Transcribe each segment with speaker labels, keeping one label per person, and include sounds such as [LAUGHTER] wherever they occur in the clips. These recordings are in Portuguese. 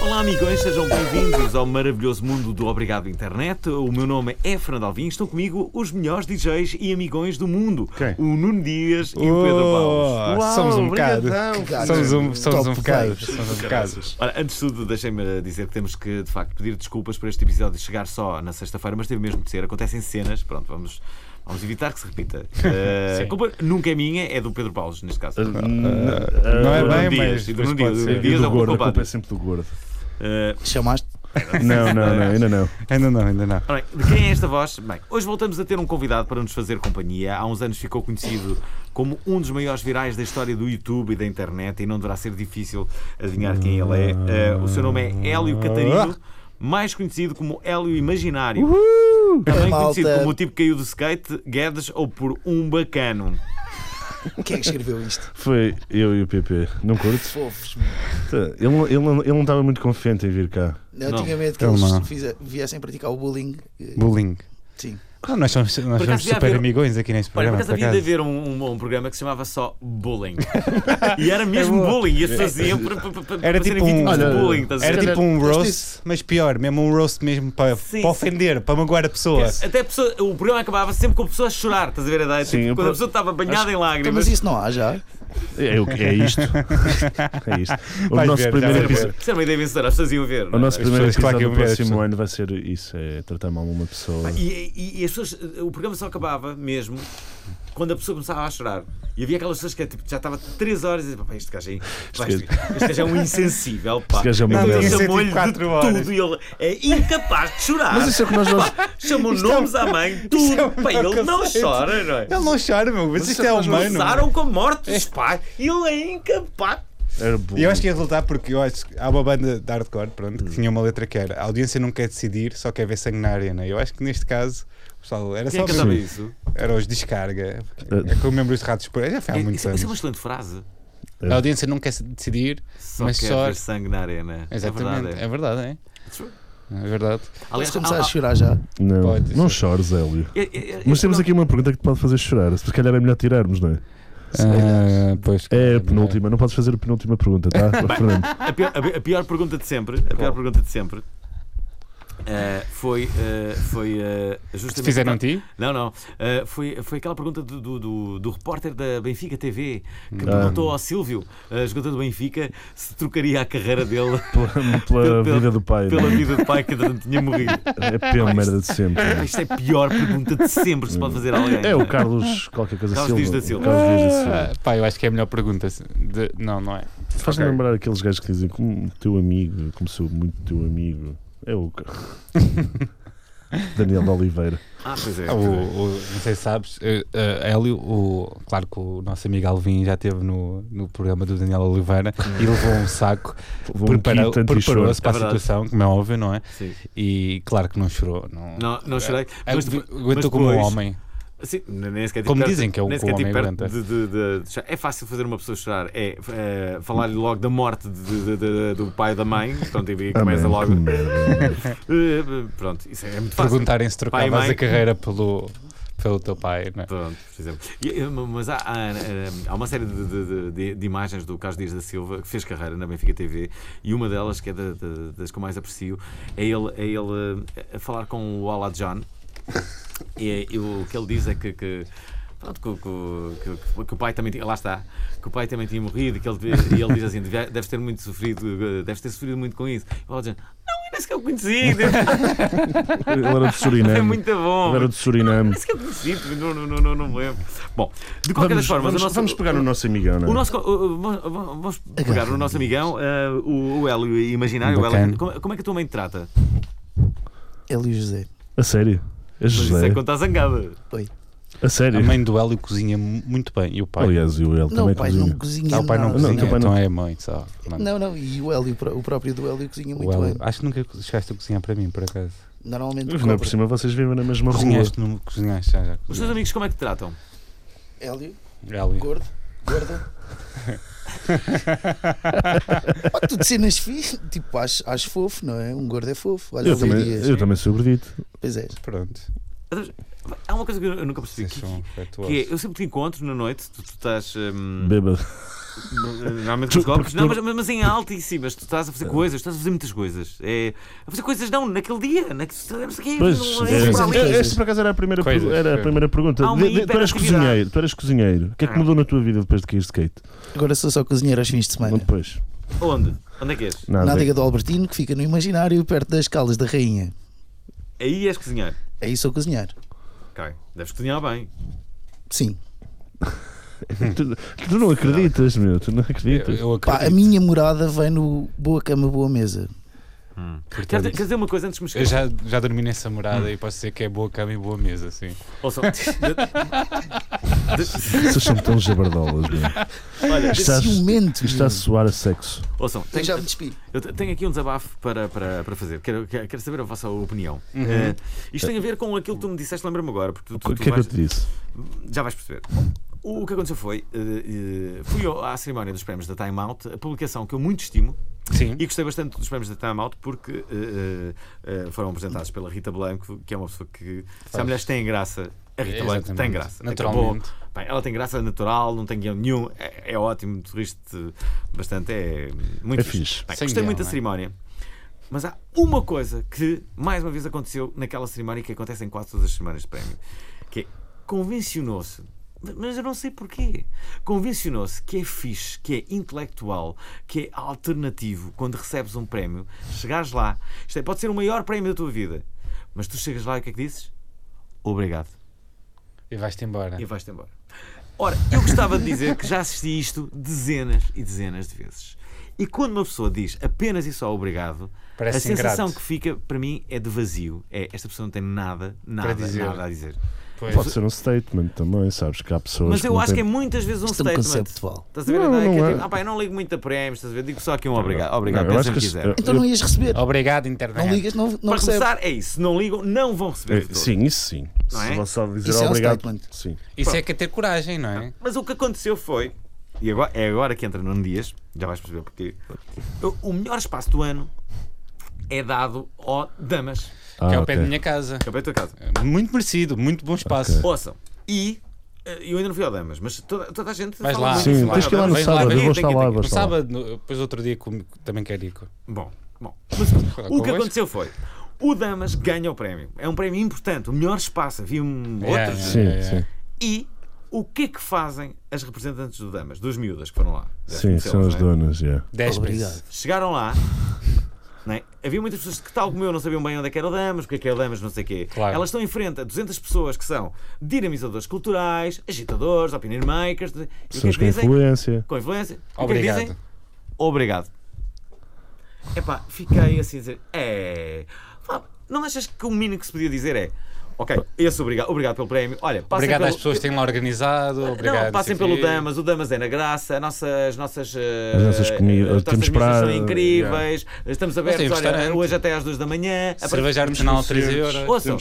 Speaker 1: Olá, amigões, sejam bem-vindos ao maravilhoso mundo do Obrigado Internet. O meu nome é Fernando Alvim, estão comigo os melhores DJs e amigões do mundo:
Speaker 2: Quem?
Speaker 1: o Nuno Dias e o Pedro Paulo.
Speaker 2: Oh, somos um bocado.
Speaker 3: obrigadão,
Speaker 2: Somos um, somos
Speaker 3: Top
Speaker 2: um bocado.
Speaker 3: players.
Speaker 2: Somos um bocado.
Speaker 1: Ora, antes de tudo, deixem-me dizer que temos que, de facto, pedir desculpas por este episódio chegar só na sexta-feira, mas teve mesmo de ser. Acontecem cenas, pronto, vamos, vamos evitar que se repita. Eh, a culpa nunca é minha, é do Pedro Paulo, neste caso.
Speaker 2: Não é
Speaker 1: Nuno
Speaker 2: bem,
Speaker 1: Dias,
Speaker 2: mas
Speaker 1: e do
Speaker 2: mas
Speaker 1: Nuno
Speaker 2: pode
Speaker 1: Dias,
Speaker 2: ser.
Speaker 1: do Dias. é o
Speaker 4: gordo, a
Speaker 1: culpado.
Speaker 4: culpa é sempre Ah,
Speaker 2: [LAUGHS]
Speaker 4: do gordo.
Speaker 1: Eh,
Speaker 3: Chamaste?
Speaker 4: Não, não, não, ainda não.
Speaker 2: Ainda não, ainda não.
Speaker 1: Ora bem, de quem é esta voz? Bem, hoje voltamos a ter um convidado para nos fazer companhia. Há uns anos ficou conhecido como um dos maiores virais da história do YouTube e da internet e não deverá ser difícil adivinhar quem ele é. Eh, o seu nome é Hélio Catarino, mais conhecido como Hélio Imaginário. Também
Speaker 3: Malta.
Speaker 1: É conhecido como o tipo que caiu do skate, Guedes ou por um bacano.
Speaker 3: Quem é que
Speaker 1: [LAUGHS]
Speaker 3: escreveu isto?
Speaker 4: Foi eu e o PP. Não curto?
Speaker 3: Fofos, meu.
Speaker 4: Ele, não- ele, não- ele não estava muito confiante em vir cá.
Speaker 3: Eu
Speaker 1: Não.
Speaker 3: tinha medo que
Speaker 2: Então não.
Speaker 3: eles fize- viessem praticar o bullying. eh,
Speaker 2: Bullying.
Speaker 3: Sim.
Speaker 2: Ah, nós somos, nós
Speaker 1: acaso
Speaker 2: somos
Speaker 1: devia
Speaker 2: super
Speaker 1: haver-
Speaker 2: amigões aqui neste
Speaker 1: Olha, por
Speaker 2: programa.
Speaker 1: acaso
Speaker 2: por
Speaker 1: havia de haver
Speaker 2: acaso.
Speaker 1: um, um- um programa que se chamava só
Speaker 2: [LAUGHS]
Speaker 1: Bullying. E era mesmo
Speaker 2: É bom.
Speaker 1: bullying, e as pessoas iam para, para, para,
Speaker 2: Era
Speaker 1: para serem
Speaker 2: tipo um-
Speaker 1: vítimas de
Speaker 4: Olha,
Speaker 1: bullying. estás a
Speaker 2: Era
Speaker 1: ver?
Speaker 2: tipo um
Speaker 3: Mas
Speaker 2: roast,
Speaker 3: disse-
Speaker 2: mas pior, mesmo um roast mesmo para,
Speaker 1: Sim,
Speaker 2: para
Speaker 1: sim.
Speaker 2: ofender, para magoar a pessoa.
Speaker 1: Até a pessoa- o programa acabava sempre com a pessoa a chorar, estás a ver a ideia?
Speaker 4: Sim,
Speaker 1: Tipo,
Speaker 4: eu
Speaker 1: quando a
Speaker 4: pro-
Speaker 1: pessoa estava banhada em
Speaker 3: Então, Mas,
Speaker 1: lágrimas.
Speaker 3: isso não há já.
Speaker 4: É, o que- é isto. É isto. O
Speaker 2: Vais
Speaker 4: nosso
Speaker 2: ver,
Speaker 4: primeiro
Speaker 2: já vais
Speaker 4: episódio.
Speaker 1: Isso era uma ideia vencedora, as pessoas iam ver.
Speaker 4: é O
Speaker 1: não é?
Speaker 4: nosso primeiro
Speaker 2: pessoas, claro que
Speaker 4: episódio
Speaker 2: eu
Speaker 4: do
Speaker 2: vejo,
Speaker 4: próximo
Speaker 2: pessoal.
Speaker 4: ano vai ser isso, é tratar mal uma pessoa.
Speaker 1: E, e- e as pessoas, o programa só acabava mesmo quando a pessoa começava a chorar. E havia aquelas pessoas que tipo, já estava 3 horas e dizia, pá, este gajo, é, pá, este, este gajo é um insensível, pá. Então
Speaker 4: Este gajo é uma
Speaker 1: Ele
Speaker 4: merda.
Speaker 2: Isso é tipo
Speaker 1: chamou-lhe de
Speaker 2: quatro horas.
Speaker 1: tudo e ele é incapaz de chorar.
Speaker 4: Mas isso é o que nós vamos.
Speaker 1: Chamou nomes à mãe, tudo.
Speaker 2: um- é um
Speaker 1: pá, ele não
Speaker 2: preconceito.
Speaker 1: chora, não é?
Speaker 2: Ele não chora, meu, mas isto é humano.
Speaker 1: Usaram com mortos, pá. Ele é incapaz.
Speaker 4: Era bom.
Speaker 2: E eu acho que ia resultar porque eu acho que há uma banda de hardcore pronto,
Speaker 1: Hum.
Speaker 2: que tinha uma letra que era a audiência não quer decidir, só quer ver sangue na arena. Eu acho que neste caso, pessoal, era
Speaker 1: Quem
Speaker 2: só
Speaker 1: é que
Speaker 2: mesmo-
Speaker 1: cantava isso?
Speaker 2: Era os descarga. É que eu me lembro dos ratos por Já foi há
Speaker 1: É,
Speaker 2: muitos
Speaker 1: isso, isso é uma
Speaker 2: anos.
Speaker 1: excelente frase.
Speaker 4: É.
Speaker 2: A audiência não quer se decidir,
Speaker 1: Só
Speaker 2: mas
Speaker 1: quer
Speaker 2: só.
Speaker 1: ver sangue na arena.
Speaker 2: Exatamente, é
Speaker 1: É verdade.
Speaker 2: verdade, é. É verdade.
Speaker 3: Eles
Speaker 1: Aliás,
Speaker 3: começaram
Speaker 1: há-
Speaker 3: a chorar já.
Speaker 4: Não,
Speaker 2: Pode
Speaker 4: não
Speaker 2: ser.
Speaker 4: chores, Hélio.
Speaker 1: há- é- é- é-
Speaker 4: Mas temos
Speaker 1: não,
Speaker 4: aqui uma pergunta que te pode fazer chorar. Se calhar é melhor tirarmos, não é?
Speaker 2: Ah, pois,
Speaker 4: É a penúltima, não podes fazer a penúltima pergunta,
Speaker 2: [LAUGHS]
Speaker 4: tá? Fernando?
Speaker 1: A pior, a- a pior pergunta de sempre, a pior pergunta de sempre eh, foi, eh, foi eh,
Speaker 2: Se
Speaker 1: justamente.
Speaker 2: fizeram a ti?
Speaker 1: Não, não. Eh, foi, foi aquela pergunta do, do, do- do repórter da Benfica TV que perguntou ao Silvio, eh, jogador do Benfica, se trocaria a carreira dele [LAUGHS]
Speaker 4: Pela, pela
Speaker 1: Pela-
Speaker 4: vida do pai.
Speaker 1: pela
Speaker 4: não é?
Speaker 1: vida de pai que entretanto tinha morrido.
Speaker 4: É a pior merda de sempre.
Speaker 1: Pá, Isto é a pior pergunta de sempre que se pode fazer a alguém.
Speaker 4: É
Speaker 1: não
Speaker 4: o Carlos qualquer coisa
Speaker 1: Carlos
Speaker 4: Silva.
Speaker 1: Dias da Silva.
Speaker 4: Carlos Dias da Silva.
Speaker 2: Ah, pá, eu acho que é a melhor pergunta. se- de- Não, não é.
Speaker 4: Faz-me
Speaker 2: Ok.
Speaker 4: lembrar aqueles gajos que dizem como teu amigo, como sou muito teu amigo. É o Car- [LAUGHS] Daniel de Oliveira.
Speaker 1: Ah, pois é.
Speaker 2: O, o- não sei se sabes, eh, eh, Hélio, o, claro que o nosso amigo Alvin já esteve no, no programa do Daniel Oliveira e levou um saco,
Speaker 4: [LAUGHS] Levou um
Speaker 2: preparou-
Speaker 4: kit anti-choro.
Speaker 2: preparou-se
Speaker 1: É
Speaker 2: para a
Speaker 1: verdade.
Speaker 2: situação, como é óbvio, não é?
Speaker 1: Sim.
Speaker 2: E claro que não chorou. Não,
Speaker 1: Não, não chorei.
Speaker 2: Ah,
Speaker 1: Mas- mas
Speaker 2: Aguentou como um
Speaker 1: depois-
Speaker 2: homem.
Speaker 1: Sim, nem sequer tipo
Speaker 2: Como
Speaker 1: perto-
Speaker 2: dizem que é o-
Speaker 1: nem
Speaker 2: que o
Speaker 1: sequer tipo
Speaker 2: homem
Speaker 1: perto
Speaker 2: aguenta.
Speaker 1: de, de- de- de chorar. É fácil fazer uma pessoa chorar. É eh, falar-lhe logo da morte de- de- de- do pai e da mãe. Pronto, e começa
Speaker 4: Amém.
Speaker 1: logo.
Speaker 4: Amém.
Speaker 1: [LAUGHS] Eh, pronto, isso é muito fácil.
Speaker 2: Perguntarem se
Speaker 1: Pai,
Speaker 2: trocavas
Speaker 1: mãe.
Speaker 2: a carreira pelo, pelo teu pai, não é?
Speaker 1: Pronto, por exemplo. E, eh, mas há, há, eh, há uma série de, de- de- de imagens do Carlos Dias da Silva que fez carreira na Benfica TV e uma delas, que é da- da- das que eu mais aprecio, é ele, é ele eh, a falar com o Ala John. E, eh, o que ele diz é que. que Pronto, que, o- que o- que o- que o pai também tinha, lá está, que o pai também tinha morrido e, que ele, e ele diz assim: "Devia- deves ter muito sofrido, eh, deves ter sofrido muito com isso. E o Ala John, não, era isso que eu conheci, [LAUGHS]
Speaker 4: Ele era de Suriname.
Speaker 1: é muito bom.
Speaker 4: Ele era de Suriname.
Speaker 1: Parece que eu conheci, não, não, não, não, não me lembro. Bom, de qualquer
Speaker 4: Vamos,
Speaker 1: forma,
Speaker 4: vamos,
Speaker 1: o nosso,
Speaker 4: vamos pegar no nosso amigão, não é?
Speaker 1: o nosso- o- o- vamos- vamos pegar no nosso amigão, eh, o, o Hélio imaginário. O
Speaker 2: Bacana.
Speaker 1: Hélio, como, como é que a tua mãe te trata?
Speaker 3: Ele e o José.
Speaker 4: A sério? A
Speaker 1: Mas isso é
Speaker 4: José,
Speaker 1: quando está zangada.
Speaker 4: a sério.
Speaker 2: A mãe do Hélio cozinha mu- muito bem. E o pai?
Speaker 4: Aliás, e o
Speaker 3: Não,
Speaker 4: Hélio também
Speaker 3: o pai não
Speaker 4: cozinha.
Speaker 3: cozinha.
Speaker 2: Ah, o pai não
Speaker 3: nada.
Speaker 4: Oh, Não,
Speaker 2: cozinha,
Speaker 4: teu pai não-
Speaker 2: então é a mãe só. Pronto.
Speaker 3: Não, não, e o Hélio, o próprio do Hélio cozinha
Speaker 2: O
Speaker 3: muito
Speaker 2: Hélio-
Speaker 3: bem.
Speaker 2: Acho que nunca co- chegaste a cozinhar para mim, por acaso.
Speaker 3: Normalmente
Speaker 4: Mas não é por
Speaker 3: cobra.
Speaker 4: cima, vocês vivem na mesma rua.
Speaker 2: Cozinhaste, no, cozinhaste já, já.
Speaker 1: Os teus amigos como é que te tratam?
Speaker 3: Hélio,
Speaker 2: Hélio.
Speaker 3: gordo,
Speaker 4: [LAUGHS]
Speaker 3: gorda. oh, tu de cenas fixe, tipo, acho, acho fofo, não é? Um gordo é fofo. Olha,
Speaker 4: Eu
Speaker 3: o Rui
Speaker 4: também,
Speaker 3: Dias.
Speaker 4: eu também sou gordito.
Speaker 3: Pois é.
Speaker 2: Pronto.
Speaker 1: Há uma coisa que eu nunca percebi.
Speaker 2: Vocês
Speaker 1: Que,
Speaker 2: são
Speaker 1: que
Speaker 2: afetuosos.
Speaker 1: é, eu sempre te encontro na noite, tu, tu estás. hum,
Speaker 4: Bêbado.
Speaker 1: Normalmente
Speaker 4: Tu-
Speaker 1: com os copos,
Speaker 4: porque É.
Speaker 1: não, mas,
Speaker 4: tu-
Speaker 1: mas em altíssimas, tu estás a fazer coisas, estás a fazer muitas coisas. É, a fazer coisas não, naquele dia, naquele quê,
Speaker 4: Pois,
Speaker 1: não
Speaker 4: é,
Speaker 1: é,
Speaker 3: sim,
Speaker 1: para ali.
Speaker 3: sim.
Speaker 4: é, esta por acaso era a primeira,
Speaker 2: Coisas,
Speaker 4: pergu- era a
Speaker 2: coisas.
Speaker 4: primeira pergunta.
Speaker 1: Há uma
Speaker 4: De- de- tu eras
Speaker 1: hiperatividade.
Speaker 4: cozinheiro, tu eras cozinheiro. O que é que mudou na tua vida depois de cair de skate?
Speaker 3: Agora sou só cozinheiro aos fins de semana.
Speaker 4: Depois.
Speaker 1: Onde? Onde é que és?
Speaker 4: Nada.
Speaker 3: Nádega do Albertino, que fica no imaginário, perto das calas da Rainha.
Speaker 1: Aí és cozinhar.
Speaker 3: Aí sou cozinheiro.
Speaker 1: Ok, deves cozinhar bem.
Speaker 3: Sim.
Speaker 4: Tu, tu não acreditas, meu. Tu não
Speaker 2: Eu,
Speaker 4: acreditas.
Speaker 2: eu
Speaker 3: Pá, é a
Speaker 2: acredito.
Speaker 3: minha morada vem no Boa Cama, Boa Mesa.
Speaker 1: Quer,
Speaker 2: portanto.
Speaker 1: quer dizer uma coisa antes que me
Speaker 2: Então Eu
Speaker 1: esqueça?
Speaker 2: já, já dormi nessa morada e posso dizer que é boa cama e boa mesa, sim.
Speaker 1: Ouçam,
Speaker 4: Vocês são tão jabardolas, meu.
Speaker 1: olha,
Speaker 4: Isto está-
Speaker 3: Ciumento.
Speaker 4: Isto está a
Speaker 3: meu.
Speaker 4: soar a sexo.
Speaker 1: ouçam,
Speaker 3: Eu
Speaker 1: tenho-
Speaker 3: já me despi.
Speaker 1: Eu te- tenho aqui um desabafo para, para, para fazer. Quero, quero quero saber a vossa opinião.
Speaker 2: Uhum.
Speaker 1: Eh, isto tem a ver com aquilo que tu me disseste, lembra-me agora, porque tu, tu-
Speaker 4: O
Speaker 1: tu
Speaker 4: que é que eu
Speaker 1: vais-
Speaker 4: te disse?
Speaker 1: já vais perceber. O que aconteceu foi, eh, eh, fui ao- à cerimónia dos prémios da Time Out, a publicação que eu muito estimo
Speaker 2: Sim.
Speaker 1: e gostei bastante dos prémios da Time Out porque eh, eh, eh, foram apresentados pela Rita Blanco, que é uma pessoa que, se há
Speaker 2: Faz. É,
Speaker 1: mulheres que têm graça, a Rita Blanco tem
Speaker 2: Exatamente.
Speaker 1: graça. Acabou.
Speaker 2: Naturalmente.
Speaker 1: Bem, ela tem graça natural, não tem guião nenhum, é, é ótimo, turiste bastante, é muito
Speaker 4: É
Speaker 1: fixe.
Speaker 4: fixe.
Speaker 1: Bem, gostei
Speaker 2: Sem guião,
Speaker 1: muito da
Speaker 2: não é?
Speaker 1: cerimónia. Mas há uma coisa que, mais uma vez, aconteceu naquela cerimónia que acontece em quase todas as cerimónias de prémio, que é, convencionou-se, mas eu não sei porquê, convencionou-se que é fixe, que é intelectual, que é alternativo quando recebes um prémio, chegares lá, isto é, pode ser o maior prémio da tua vida, mas tu chegas lá e o que é que dizes? Obrigado
Speaker 2: E vais-te embora.
Speaker 1: e vais-te embora. Ora, eu gostava de dizer que já assisti isto dezenas e dezenas de vezes. E quando uma pessoa diz apenas e só obrigado,
Speaker 2: Parece
Speaker 1: a sensação
Speaker 2: ingrato.
Speaker 1: que fica para mim é de vazio. É esta pessoa não tem nada, nada,
Speaker 2: dizer.
Speaker 1: nada a dizer.
Speaker 2: Pois.
Speaker 4: Pode ser um statement também, sabes? Que há pessoas.
Speaker 1: Mas eu
Speaker 4: não
Speaker 1: acho que é
Speaker 4: têm-
Speaker 1: muitas vezes um
Speaker 3: Isto é um
Speaker 1: statement.
Speaker 3: conceptual.
Speaker 1: Estás a ver
Speaker 4: Não,
Speaker 1: a ideia?
Speaker 4: não
Speaker 1: que é
Speaker 4: é.
Speaker 1: tipo, ah, pá, eu não ligo muito a prémios, estás a ver? Digo só aqui um obrigado. Obrigado,
Speaker 4: Não, eu
Speaker 1: pensa
Speaker 4: acho
Speaker 1: no que
Speaker 4: que é- se-
Speaker 1: quiser.
Speaker 3: Então não ias receber.
Speaker 2: Obrigado, internet.
Speaker 3: Não ligas, não, não
Speaker 1: Para
Speaker 3: recebes.
Speaker 1: começar, é isso. Se não ligam, não vão receber. de
Speaker 4: É,
Speaker 1: todo.
Speaker 4: Sim, isso sim.
Speaker 1: Não
Speaker 4: Se
Speaker 1: é?
Speaker 4: você dizer
Speaker 3: Isso é um
Speaker 4: obrigado.
Speaker 3: statement.
Speaker 4: Sim.
Speaker 2: Isso é que é ter coragem, não é?
Speaker 1: Mas o que aconteceu foi. E agora, é agora que entra Nuno Dias, já vais perceber porque. O melhor espaço do ano é dado ao Damas.
Speaker 2: que é
Speaker 4: Ah,
Speaker 2: ao pé da
Speaker 4: ok.
Speaker 2: minha casa.
Speaker 1: Que é para a tua casa.
Speaker 2: Muito merecido, muito bom espaço.
Speaker 1: Ouçam. E. eh, Eu ainda não fui ao Damas, mas toda, toda a gente.
Speaker 2: Vais
Speaker 1: fala
Speaker 2: lá.
Speaker 1: muito
Speaker 4: Sim,
Speaker 1: sobre
Speaker 4: tens
Speaker 1: o
Speaker 4: que ir lá no
Speaker 1: Damas.
Speaker 2: Vem lá,
Speaker 4: sábado.
Speaker 2: vem aqui,
Speaker 4: Eu vou estar
Speaker 1: tem
Speaker 4: lá,
Speaker 1: que-
Speaker 4: vou
Speaker 2: No
Speaker 4: estar lá.
Speaker 2: sábado, no- depois outro dia, como- também quero ir. co-
Speaker 1: Bom, bom.
Speaker 2: Tá
Speaker 1: Mas o que
Speaker 2: convosco?
Speaker 1: aconteceu foi. O Damas ganha o prémio. É um prémio importante, o melhor espaço. Havia um,
Speaker 2: Yeah,
Speaker 1: outros.
Speaker 2: yeah.
Speaker 4: Sim, sim.
Speaker 1: E o que é que fazem as representantes do Damas, dos miúdas que foram lá? Deves
Speaker 4: Sim, são
Speaker 1: conhecê-las,
Speaker 4: as
Speaker 1: não é?
Speaker 4: donas, yeah.
Speaker 2: 10
Speaker 3: Obrigado.
Speaker 1: chegaram lá. [LAUGHS] não é? Havia muitas pessoas que, tal como eu, não sabiam bem onde é que era o Damas, porque é que é o Damas, não sei o quê.
Speaker 2: Claro.
Speaker 1: Elas estão em frente a 200 pessoas que são dinamizadores culturais, agitadores, opinion makers, e o que é
Speaker 4: Pessoas
Speaker 1: que
Speaker 4: com
Speaker 1: dizem?
Speaker 4: influência.
Speaker 1: Com influência. E o que é que
Speaker 2: Obrigado.
Speaker 1: dizem? Obrigado. Epá, fiquei assim a dizer, é... pá, Não achas que o mínimo que se podia dizer é ok, esse obrigado, obrigado pelo prémio, olha, passem
Speaker 2: Obrigado
Speaker 1: pelo...
Speaker 2: às pessoas que têm lá organizado. Obrigado.
Speaker 1: não, passem
Speaker 2: sei o
Speaker 1: pelo
Speaker 2: quê.
Speaker 1: Damas, o Damas é na graça, a nossa- as nossas, eh,
Speaker 4: As nossas comidas,
Speaker 1: eh, tortas
Speaker 4: temos
Speaker 1: de mesa são
Speaker 4: pra-
Speaker 1: incríveis, estamos abertos
Speaker 2: tem um
Speaker 1: olha,
Speaker 2: restaurante.
Speaker 1: hoje até às 2 da manhã. A partir-
Speaker 2: Cerveja artesanal, 3 euros.
Speaker 1: Ouçam,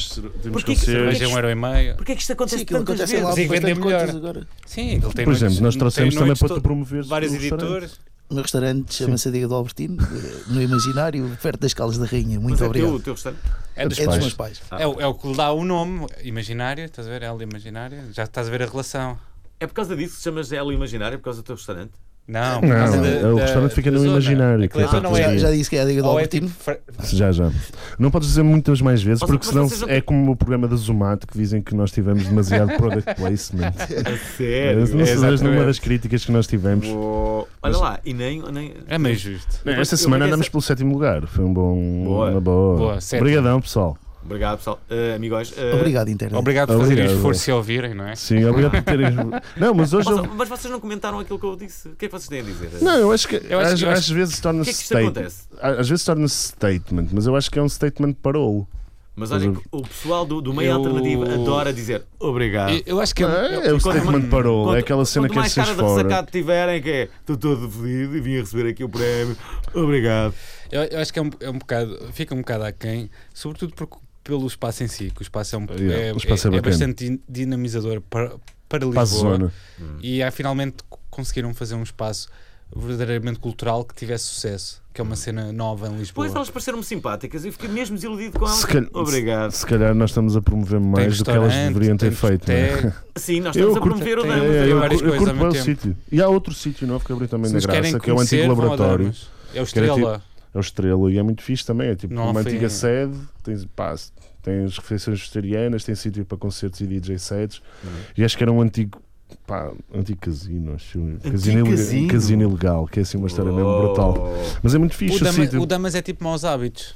Speaker 1: porquê que-
Speaker 2: Cerveja
Speaker 1: Porque-
Speaker 2: 1,5 euro. e meio.
Speaker 1: Porquê é que isto
Speaker 3: Sim,
Speaker 1: acontece
Speaker 3: aquilo
Speaker 1: tantas
Speaker 3: acontece lá
Speaker 1: vezes? é
Speaker 2: Sim,
Speaker 3: bastante
Speaker 2: vendem melhor.
Speaker 3: contas agora.
Speaker 2: Sim, ele tem
Speaker 4: Por
Speaker 2: noites-
Speaker 4: exemplo, nós
Speaker 2: tem
Speaker 4: trouxemos também
Speaker 2: noites
Speaker 4: para
Speaker 2: to-
Speaker 4: te promover
Speaker 2: Vários editores.
Speaker 3: O meu restaurante chama-se Adiga do Albertino, eh, no imaginário, perto das calas da Rainha.
Speaker 1: Mas é
Speaker 3: Muito
Speaker 1: teu,
Speaker 3: obrigado.
Speaker 1: o teu restaurante.
Speaker 2: É dos
Speaker 3: É dos
Speaker 4: pais.
Speaker 3: meus pais.
Speaker 2: É, o- é o que lhe dá o nome imaginário, estás a ver? Ela imaginária, já estás a ver a relação.
Speaker 1: É por causa disso que chamas ela imaginária, É por causa do teu restaurante?
Speaker 2: Não,
Speaker 4: Não, é- o restaurante fica no imaginário,
Speaker 2: Aquela
Speaker 4: que é
Speaker 2: zona
Speaker 4: para
Speaker 2: ou
Speaker 3: Já,
Speaker 2: é,
Speaker 3: já disse que é a Adiga do
Speaker 2: ou é
Speaker 3: Albertino.
Speaker 2: tipo. fra-
Speaker 4: Já, já. Não podes dizer muitas mais vezes,
Speaker 1: Mas-
Speaker 4: porque
Speaker 1: mas
Speaker 4: senão
Speaker 1: vocês não-
Speaker 4: é como o programa da Zumato que dizem que nós tivemos demasiado
Speaker 1: [LAUGHS]
Speaker 4: product
Speaker 3: É.
Speaker 4: placement.
Speaker 1: A
Speaker 4: É, Não
Speaker 1: sério?
Speaker 4: sabes
Speaker 2: exatamente.
Speaker 4: nenhuma das críticas que nós tivemos.
Speaker 1: Olha lá, e nem. nem...
Speaker 2: É meio justo.
Speaker 4: Não, Esta
Speaker 1: Eu
Speaker 4: semana
Speaker 1: queria
Speaker 4: andamos
Speaker 1: sa-
Speaker 4: pelo sétimo lugar. Foi um bom.
Speaker 1: Boa.
Speaker 4: Uma boa.
Speaker 2: Boa, sétimo.
Speaker 4: Obrigadão, pessoal.
Speaker 1: Obrigado, pessoal. Eh, amigos. eh,
Speaker 3: Obrigado, internet.
Speaker 2: Obrigado por fazerem o
Speaker 4: Obrigado.
Speaker 2: esforço e ouvirem, não é?
Speaker 4: Sim, obrigado
Speaker 1: [LAUGHS]
Speaker 4: por terem. Não, mas hoje.
Speaker 1: Mas,
Speaker 4: eu-
Speaker 1: mas vocês não comentaram aquilo que eu disse. O que é que vocês têm a dizer?
Speaker 4: Não, eu acho que
Speaker 2: Eu acho-
Speaker 4: às,
Speaker 2: eu acho-
Speaker 4: às vezes
Speaker 1: O que
Speaker 4: torna-se
Speaker 1: é que isto
Speaker 4: statement.
Speaker 1: acontece?
Speaker 4: Às vezes torna-se statement, mas eu acho que é um statement parolo.
Speaker 1: Mas olha,
Speaker 4: Mas
Speaker 1: que o pessoal do, do meio
Speaker 2: Eu-
Speaker 1: alternativo adora dizer obrigado.
Speaker 2: Eu- Eu acho que é.
Speaker 4: É, é o
Speaker 1: quanto
Speaker 4: statement
Speaker 1: mais-
Speaker 4: parou. é
Speaker 1: quanto-
Speaker 4: aquela cena
Speaker 1: quanto
Speaker 4: que é
Speaker 1: mais cara de
Speaker 4: fora.
Speaker 1: ressacado tiverem, que é estou todo fodido e vim receber aqui o prémio. Obrigado.
Speaker 2: Eu, eu acho que é um, é um bocado, fica um bocado aquém, sobretudo porque, pelo espaço em si, que o espaço é, um,
Speaker 4: Yeah,
Speaker 2: é,
Speaker 4: o espaço é
Speaker 2: é- é
Speaker 4: bacana.
Speaker 2: bastante din- dinamizador para, para Lisboa.
Speaker 4: Para a zona.
Speaker 2: E há, finalmente c- conseguiram fazer um espaço verdadeiramente cultural que tivesse sucesso, que é uma cena nova em Lisboa.
Speaker 1: Depois elas pareceram-me simpáticas e fiquei mesmo desiludido com elas.
Speaker 4: Se calhar,
Speaker 1: Obrigado.
Speaker 4: se calhar nós estamos a promover mais do que elas
Speaker 2: restaurante,
Speaker 4: deveriam ter
Speaker 2: tem
Speaker 4: feito. não é?
Speaker 2: discoteca,
Speaker 4: [LAUGHS]
Speaker 1: Sim, nós estamos
Speaker 4: Eu
Speaker 1: a promover o
Speaker 2: curto-
Speaker 1: Dama.
Speaker 2: tem-
Speaker 4: É, eu,
Speaker 2: várias
Speaker 4: cu- eu
Speaker 2: coisas
Speaker 4: curto
Speaker 2: ao
Speaker 4: bem o
Speaker 2: mesmo tempo.
Speaker 4: sítio. E há outro sítio novo que abriu também
Speaker 2: Se
Speaker 4: na
Speaker 2: nos querem
Speaker 4: Graça, que é o antigo
Speaker 2: conhecer, vão a
Speaker 4: laboratório.
Speaker 2: Damas. É o
Speaker 4: Que era tipo-
Speaker 2: Estrela.
Speaker 4: É o Estrela e é muito fixe também. É tipo
Speaker 2: Não,
Speaker 4: uma
Speaker 2: foi-
Speaker 4: antiga sede, tens, pá, tens refeições vegetarianas, tem sítio para concertos e DJ sets.
Speaker 2: Hum.
Speaker 4: E acho que era um antigo. Pá, antigo casino, acho. eu. Casino, ilega-
Speaker 1: casino?
Speaker 4: casino ilegal, que é assim uma história mesmo brutal. Mas é muito
Speaker 2: Oh. O,
Speaker 4: fixe o,
Speaker 2: Dama-
Speaker 4: sítio. Hum.
Speaker 2: o Damas é tipo maus hábitos.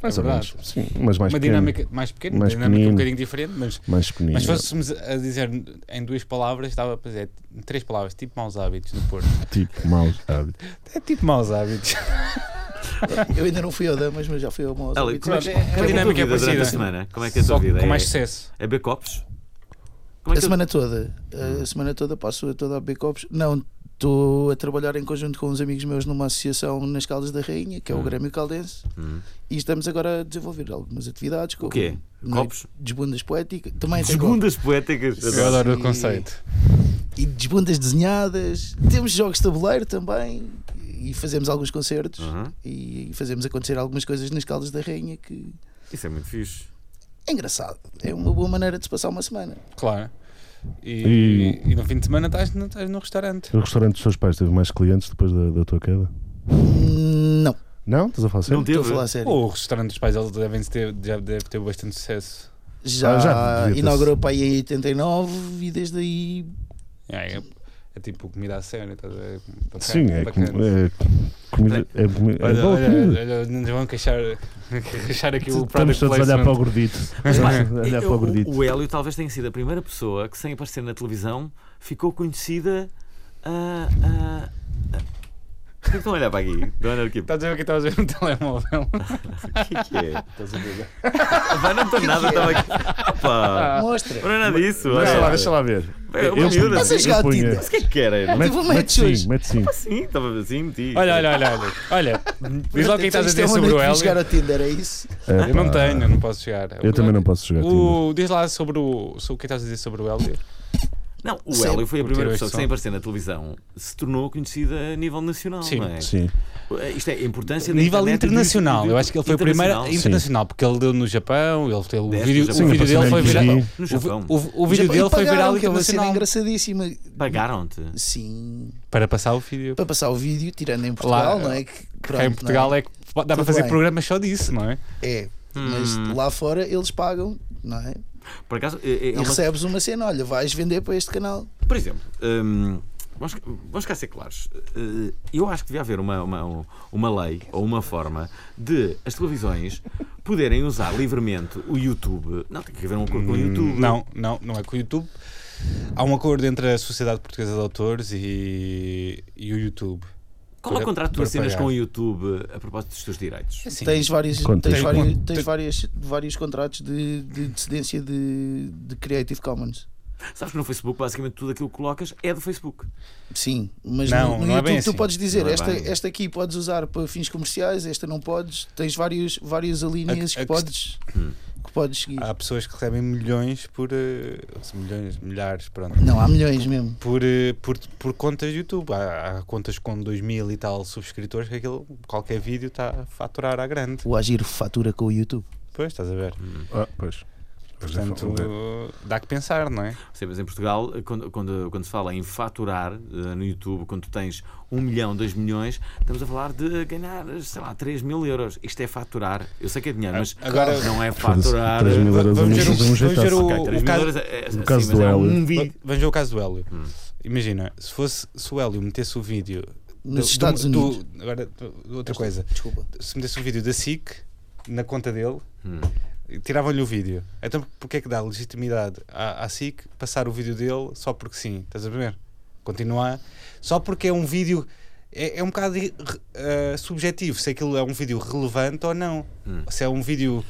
Speaker 4: mais
Speaker 2: é
Speaker 4: ou menos. Sim, mas mais
Speaker 2: uma
Speaker 4: pequeno.
Speaker 2: dinâmica mais pequena, uma
Speaker 4: Mais
Speaker 2: dinâmica um
Speaker 4: pequenino.
Speaker 2: bocadinho diferente, mas.
Speaker 4: Mais pequenino.
Speaker 2: Mas se fôssemos a dizer em duas palavras, estava a dizer em três palavras, tipo maus hábitos no Porto.
Speaker 4: Tipo, maus hábitos.
Speaker 2: É tipo maus hábitos.
Speaker 3: Eu ainda não fui ao Damas, mas já fui ao Mosa.
Speaker 1: Ali, como é que,
Speaker 3: a
Speaker 1: como é que é a tua
Speaker 2: dinâmica é
Speaker 1: vida durante
Speaker 2: parecida.
Speaker 1: a semana? Como é que é a tua
Speaker 2: Só
Speaker 1: vida?
Speaker 2: com mais
Speaker 1: É-
Speaker 2: sucesso.
Speaker 1: É beber copos? Como é que
Speaker 3: semana toda.
Speaker 1: Hum.
Speaker 3: A semana toda passo toda a Bicopos. Não, estou a trabalhar em conjunto com uns amigos meus numa associação nas Caldas da Rainha, que é o
Speaker 1: Hum.
Speaker 3: Grêmio Caldense,
Speaker 1: Hum.
Speaker 3: e estamos agora a desenvolver algumas atividades. é?
Speaker 1: O quê? Copos?
Speaker 3: Desbundas poéticas.
Speaker 2: é
Speaker 3: Também tem copos.
Speaker 1: Segundas poéticas.
Speaker 2: Eu adoro o
Speaker 3: E-
Speaker 2: conceito.
Speaker 3: e desbundas desenhadas. Temos jogos de tabuleiro também. E fazemos alguns concertos.
Speaker 1: Uhum.
Speaker 3: E fazemos acontecer algumas coisas nas Caldas da Rainha que
Speaker 1: Isso é muito fixe.
Speaker 3: é engraçado. É uma boa maneira de se passar uma semana.
Speaker 2: Claro. E,
Speaker 4: E-
Speaker 2: e no fim de semana estás no, estás no restaurante.
Speaker 4: O um restaurante dos teus pais teve mais clientes depois da, da tua queda?
Speaker 3: Não,
Speaker 4: Não? Estás a falar sério?
Speaker 1: Não
Speaker 3: estou
Speaker 1: teve?
Speaker 3: a falar a sério.
Speaker 2: O restaurante dos pais eles devem ter, já deve ter bastante sucesso.
Speaker 3: Já,
Speaker 4: Ah, já devia ter-
Speaker 3: inaugurou para aí em 89 e desde aí
Speaker 2: É, é- é tipo comida a sério. Estás a ver? Bacana,
Speaker 4: Sim, é, com-
Speaker 2: bacana.
Speaker 4: é comida. É, comi- é
Speaker 2: Olha,
Speaker 4: boa
Speaker 2: olha,
Speaker 4: comida.
Speaker 2: olha, nos vão queixar, [LAUGHS] queixar aqui o
Speaker 4: Estamos
Speaker 2: product
Speaker 4: todos a
Speaker 2: placement.
Speaker 4: olhar para o gordito.
Speaker 1: Mas, pá,
Speaker 4: Estamos [LAUGHS] a olhar para
Speaker 1: eu-
Speaker 4: o gordito.
Speaker 1: o, o Hélio talvez tenha sido a primeira pessoa que, sem aparecer na televisão, ficou conhecida. ah, ah, ah. Por que estão a olhar para aqui? Estão a olhar aqui.
Speaker 2: Estás a ver que estavas a ver no [LAUGHS] telemóvel?
Speaker 1: O que é que é?
Speaker 2: Estás a ver?
Speaker 1: Vai, não estou nada, estava aqui.
Speaker 2: Ah.
Speaker 1: Opa!
Speaker 3: mostra.
Speaker 1: Não é nada disso.
Speaker 4: Deixa lá,
Speaker 1: olha.
Speaker 4: deixa lá ver.
Speaker 1: É uma miúda.
Speaker 3: Mas a jogar
Speaker 4: eu punha-
Speaker 3: Tinder.
Speaker 1: Mas o que é que querem?
Speaker 4: Mete,
Speaker 3: Tive um
Speaker 4: mete
Speaker 3: match hoje.
Speaker 4: sim, mete sim.
Speaker 1: Sim, estava assim, meti.
Speaker 2: Olha, olha, olha, olha. Olha, diz lá o que é que estás a
Speaker 3: Isto
Speaker 2: dizer
Speaker 3: é uma
Speaker 2: sobre
Speaker 3: noite
Speaker 2: o
Speaker 3: de
Speaker 2: Hélio.
Speaker 3: jogar ao Tinder, é isso?
Speaker 4: É,
Speaker 2: Eu não
Speaker 4: pá,
Speaker 2: tenho, não posso chegar.
Speaker 4: Eu também não posso jogar Tinder.
Speaker 2: O, diz lá sobre o, sobre o que estás a dizer sobre o Hélio.
Speaker 1: Não, o
Speaker 3: Sim.
Speaker 1: Hélio foi a primeira
Speaker 2: Curtiram
Speaker 1: pessoa
Speaker 2: este
Speaker 1: que, sem
Speaker 2: som.
Speaker 1: aparecer na televisão, se tornou conhecida a nível nacional.
Speaker 2: Sim.
Speaker 1: não é?
Speaker 4: Sim.
Speaker 1: Isto é a importância da
Speaker 2: Nível
Speaker 1: internet e do-
Speaker 2: internacional,
Speaker 1: do-
Speaker 2: eu acho que ele foi o primeiro
Speaker 1: internacional.
Speaker 2: internacional, porque ele deu no Japão, ele teve, o
Speaker 1: Deste
Speaker 2: vídeo,
Speaker 1: no
Speaker 2: o
Speaker 1: Japão.
Speaker 2: vídeo
Speaker 4: Sim,
Speaker 2: dele foi
Speaker 4: apareceu na
Speaker 2: viral.
Speaker 4: MTV.
Speaker 1: No Japão.
Speaker 2: O, o- o vídeo
Speaker 3: Já- e
Speaker 2: dele foi
Speaker 3: pagaram,
Speaker 2: viral
Speaker 3: que é uma cena
Speaker 2: internacional.
Speaker 3: engraçadíssima.
Speaker 1: Pagaram-te.
Speaker 3: Sim,
Speaker 2: Para passar o vídeo.
Speaker 3: para passar o vídeo, tirando em Portugal,
Speaker 2: Lá,
Speaker 3: não é? Que,
Speaker 2: Cá em Portugal é que dá para
Speaker 3: Tudo
Speaker 2: fazer
Speaker 3: bem.
Speaker 2: programas só disso, não é?
Speaker 3: é. Mas
Speaker 1: Hum.
Speaker 3: lá fora eles pagam, não é?
Speaker 1: Por acaso, é, é
Speaker 3: E
Speaker 1: uma-
Speaker 3: recebes uma cena, olha, vais vender para este canal.
Speaker 1: por exemplo, hum, vamos, vamos cá ser claros. Eh, Eu acho que devia haver uma, uma, uma lei ou uma forma de as televisões poderem usar livremente o YouTube. Não, tem que haver um acordo com o YouTube.
Speaker 2: Hum, Não, não, não é com o YouTube. Há um acordo entre a Sociedade Portuguesa de Autores e, e o YouTube.
Speaker 1: Qual é o contrato que tu
Speaker 2: Para
Speaker 1: assinas
Speaker 2: pagar.
Speaker 1: com o YouTube a propósito dos teus direitos?
Speaker 2: Assim,
Speaker 3: Tens vários,
Speaker 4: Conta.
Speaker 3: tens
Speaker 2: Tem
Speaker 3: vários,
Speaker 2: quanto-
Speaker 3: tens
Speaker 2: tem-
Speaker 3: várias, vários contratos de, de, de cedência de, de Creative Commons.
Speaker 1: Sabes que no Facebook, basicamente, tudo aquilo que colocas é do Facebook.
Speaker 3: Sim, mas
Speaker 2: Não,
Speaker 3: no, no
Speaker 2: não é
Speaker 3: YouTube
Speaker 2: bem
Speaker 3: tu
Speaker 2: assim.
Speaker 3: podes dizer
Speaker 1: Não é
Speaker 3: esta,
Speaker 1: bem.
Speaker 3: esta aqui podes usar para fins comerciais, esta não podes. Tens vários, vários alíneas
Speaker 2: a Hum.
Speaker 3: que, podes, que podes seguir.
Speaker 2: Há pessoas que recebem milhões por. eh, milhões, milhares, pronto.
Speaker 3: Não, há milhões mesmo.
Speaker 2: Por, eh, por, por contas de YouTube. Há, há contas com 2 mil e tal subscritores que aquilo, qualquer vídeo está a faturar à grande.
Speaker 3: O Agir fatura com o YouTube.
Speaker 2: Pois, estás a ver.
Speaker 4: Ah, pois. Mas é
Speaker 2: Portanto,
Speaker 4: foda.
Speaker 2: dá que pensar, não é?
Speaker 1: Sim, mas em Portugal, eh, quando, quando, quando se fala em faturar eh, no YouTube, quando tu tens 1 milhão, 2 milhões, estamos a falar de ganhar, sei lá, 3 mil euros. Isto é faturar. Eu sei que é dinheiro, mas
Speaker 2: Agora-
Speaker 1: não é faturar.
Speaker 4: Foda-se, 3 mil euros
Speaker 2: Vamos
Speaker 4: a
Speaker 2: ver o-
Speaker 4: mês, é um
Speaker 2: vamos ver
Speaker 4: jeitaço.
Speaker 2: o-
Speaker 1: Ok, 3 mil
Speaker 2: caso-
Speaker 1: euros é, é,
Speaker 4: o caso
Speaker 1: sim, mas
Speaker 4: do
Speaker 1: é
Speaker 4: Hélio.
Speaker 1: um vídeo.
Speaker 2: Va- Vamos ver o caso do Hélio.
Speaker 1: Hum.
Speaker 2: Imagina, se fosse se o Hélio metesse o vídeo.
Speaker 3: Nos
Speaker 2: do-
Speaker 3: Estados
Speaker 2: do-
Speaker 3: Unidos.
Speaker 2: do- agora, do- outra coisa.
Speaker 3: Desculpa.
Speaker 2: Se metesse o vídeo da SIC na conta dele,
Speaker 1: Hum.
Speaker 2: tiravam-lhe o vídeo. Então, porque é que dá legitimidade à, à SIC passar o vídeo dele só porque sim? Estás a ver? Continuar. Só porque é um vídeo. É, é um bocado eh, subjetivo se aquilo é um vídeo relevante ou não.
Speaker 1: Hum.
Speaker 2: Se é um vídeo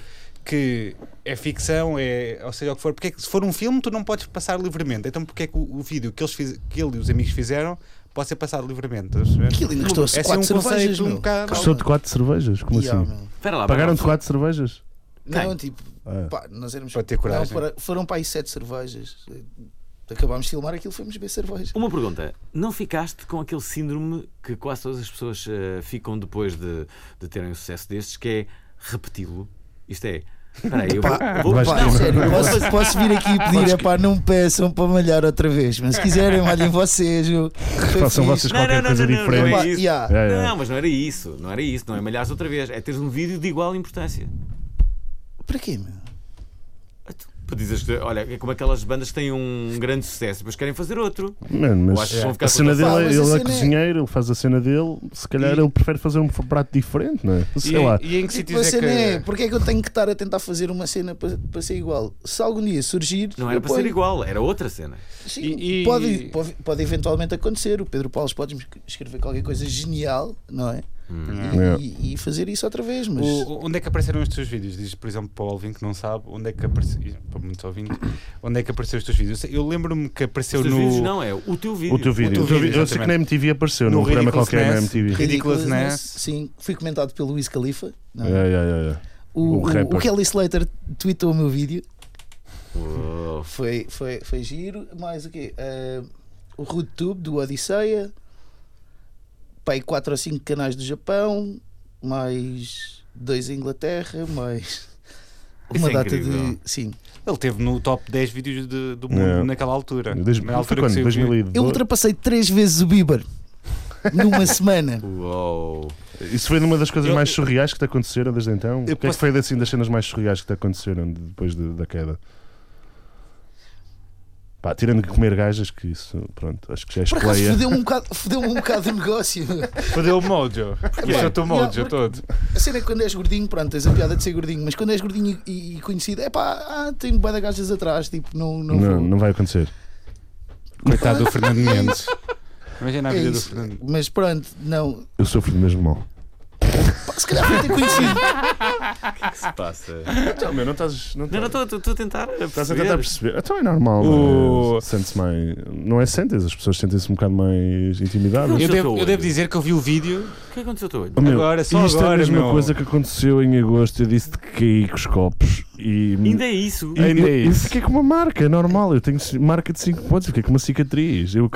Speaker 2: que é ficção, é, ou seja, o que for, porque é que se for um filme tu não podes passar livremente. Então porque é que o, o vídeo que, eles fiz- que ele e os amigos fizeram pode ser passado livremente? estás a perceber?
Speaker 3: Aquilo ainda custou-se
Speaker 2: É assim
Speaker 3: 4
Speaker 2: um conceito
Speaker 3: cervejas,
Speaker 2: um
Speaker 3: meu.
Speaker 2: bocado-
Speaker 4: Custou de 4 cervejas? Como
Speaker 2: é um
Speaker 3: Yeah,
Speaker 4: assim?
Speaker 3: meu.
Speaker 1: Espera lá,
Speaker 4: Pagaram-te
Speaker 1: espera lá.
Speaker 4: 4 cervejas?
Speaker 3: Não,
Speaker 1: Quem?
Speaker 3: tipo,
Speaker 4: Ah.
Speaker 3: pá, nós éramos.
Speaker 2: Para ter coragem.
Speaker 3: Não, fora- foram para aí 7 cervejas. Eh, Acabámos de filmar aquilo, fomos beber cerveja.
Speaker 1: Uma pergunta, não ficaste com aquele síndrome que quase todas as pessoas eh, ficam depois de, de terem um sucesso destes, que é repeti-lo? Isto é, espera aí, eu vou, eu vou-
Speaker 4: Vais
Speaker 3: Pá,
Speaker 1: não,
Speaker 4: ter-
Speaker 1: sério, eu vou fazer-
Speaker 3: posso, posso vir aqui e pedir, epá, não peçam para malhar outra vez, mas se quiserem, malhem vocês. eu- foi fixe.
Speaker 4: Façam vocês
Speaker 1: Não,
Speaker 4: qualquer
Speaker 1: não, não,
Speaker 4: coisa
Speaker 1: não, não, não é
Speaker 4: diferente.
Speaker 3: Pá,
Speaker 1: isso.
Speaker 3: yeah.
Speaker 4: É, é.
Speaker 1: Não, mas não era isso, não era isso, não é malhares outra vez, é teres um vídeo de igual importância.
Speaker 3: Para quê, meu?
Speaker 1: Tu dizes que, olha, é como aquelas bandas que têm um grande sucesso, depois querem fazer outro. Eu
Speaker 4: Mano,
Speaker 1: acho
Speaker 4: mas
Speaker 1: que vão ficar
Speaker 4: a cena
Speaker 1: com-
Speaker 4: dele,
Speaker 3: Pá, mas
Speaker 4: ele
Speaker 3: a
Speaker 4: é
Speaker 3: cena é-
Speaker 4: cozinheiro, ele faz a cena dele. Se calhar
Speaker 2: E-
Speaker 4: ele prefere fazer um prato diferente, não é? Sei
Speaker 2: e,
Speaker 4: lá.
Speaker 2: e em
Speaker 1: Tipo
Speaker 2: que sítios
Speaker 3: Você
Speaker 2: é que.
Speaker 3: não é, porque é que eu tenho que estar a tentar fazer uma cena para, para ser igual? Se algum dia surgir,
Speaker 1: Não era
Speaker 3: eu
Speaker 1: para ser
Speaker 3: ponho-
Speaker 1: igual, era outra cena.
Speaker 3: Sim,
Speaker 2: E- e-
Speaker 3: Pode, pode, pode eventualmente acontecer. O Pedro Paulo pode escrever qualquer coisa genial, não é?
Speaker 4: Hum. Yeah.
Speaker 3: E, e- e fazer isso outra vez, mas
Speaker 2: O- onde é que apareceram os teus vídeos? Diz, por exemplo, para o Alvin que não sabe, onde é que apareceu. Para muitos ouvintes, onde é que apareceram os teus vídeos? Eu, sei- eu lembro-me que apareceu
Speaker 1: Os teus
Speaker 2: no.
Speaker 1: vídeos não, é o teu vídeo.
Speaker 4: O teu vídeo.
Speaker 2: teu
Speaker 4: O teu
Speaker 2: vídeo,
Speaker 4: vídeo. Eu sei que na MTV apareceu,
Speaker 2: No
Speaker 4: num programa
Speaker 2: Ridiculous
Speaker 4: qualquer na
Speaker 2: Ness.
Speaker 4: MTV.
Speaker 2: Ridiculousness.
Speaker 3: né? Sim, fui comentado pelo Wiz Khalifa. não é?
Speaker 4: É, é, é, é.
Speaker 3: O,
Speaker 4: o rapper.
Speaker 3: o, o Kelly Slater tweetou o meu vídeo.
Speaker 1: Uou.
Speaker 3: Foi, foi, foi giro. Mais o quê? Ah, o Root Tube do Odisseia. Pai, 4 ou 5 canais do Japão. Mais dois em Inglaterra. Mais
Speaker 1: Isso
Speaker 3: uma
Speaker 1: é
Speaker 3: data
Speaker 1: incrível.
Speaker 3: de. Sim.
Speaker 2: Ele teve no top 10 vídeos de- do mundo
Speaker 4: Yeah.
Speaker 2: naquela altura.
Speaker 4: Desde-
Speaker 2: na
Speaker 4: Foi
Speaker 2: altura que
Speaker 4: quando?
Speaker 2: saiu o vídeo.
Speaker 4: 2002?
Speaker 3: Eu ultrapassei 3 vezes o Bieber numa semana.
Speaker 1: Uou.
Speaker 4: Isso foi uma das coisas
Speaker 2: Eu-
Speaker 4: mais surreais que te aconteceram desde então? O
Speaker 2: Eu
Speaker 4: que é que
Speaker 2: posso-
Speaker 4: foi assim, das cenas mais surreais que te aconteceram de- depois de- da queda? Pá, tirando que comer gajas, que isso, pronto, acho que já é
Speaker 3: Por acaso
Speaker 4: escolheia.
Speaker 3: fodeu-me um bocado, fodeu um bocado o negócio.
Speaker 2: Fodeu o mojo. Isso é o teu
Speaker 3: Yeah,
Speaker 2: mojo
Speaker 3: porque-
Speaker 2: [LAUGHS] todo.
Speaker 3: A cena é que quando és gordinho, pronto, tens a piada de ser gordinho, mas quando és gordinho e, e conhecido, é pá, ah, tem bué de gajas atrás, tipo, não, não,
Speaker 4: Não,
Speaker 3: vou.
Speaker 4: não vai acontecer.
Speaker 2: Coitado do [LAUGHS] Fernando Mendes. Imagina a
Speaker 3: É
Speaker 2: vida do
Speaker 3: isso.
Speaker 2: Fernando.
Speaker 3: Mas pronto, não.
Speaker 4: Eu sofro do mesmo mal.
Speaker 3: Pá, se calhar foi ter conhecido.
Speaker 1: O que se
Speaker 4: [LAUGHS]
Speaker 1: passa?
Speaker 4: Então, meu, não estás.
Speaker 1: Não, não, estou estou a tentar.
Speaker 4: Estás a tentar perceber. Então é normal.
Speaker 2: O-
Speaker 4: mas Sente-se mais. Não é sentes, as pessoas sentem-se um bocado mais intimidadas.
Speaker 1: Eu
Speaker 2: [LAUGHS] Eu
Speaker 1: sou
Speaker 2: devo,
Speaker 1: teu
Speaker 2: eu devo
Speaker 1: olho.
Speaker 2: dizer que eu vi o vídeo.
Speaker 1: O que aconteceu ao teu olho?
Speaker 4: Oh, meu,
Speaker 2: Agora, só
Speaker 4: isto é a
Speaker 2: agora,
Speaker 4: mesma
Speaker 2: meu.
Speaker 4: coisa que aconteceu em agosto. Eu disse que caí com os copos e.
Speaker 1: Ainda é isso.
Speaker 4: e-
Speaker 2: Ainda
Speaker 4: eu,
Speaker 2: é
Speaker 4: eu
Speaker 2: isso.
Speaker 4: fiquei com uma marca, é normal. Eu tenho ci- marca de 5 pontos, eu fiquei com uma cicatriz. Eu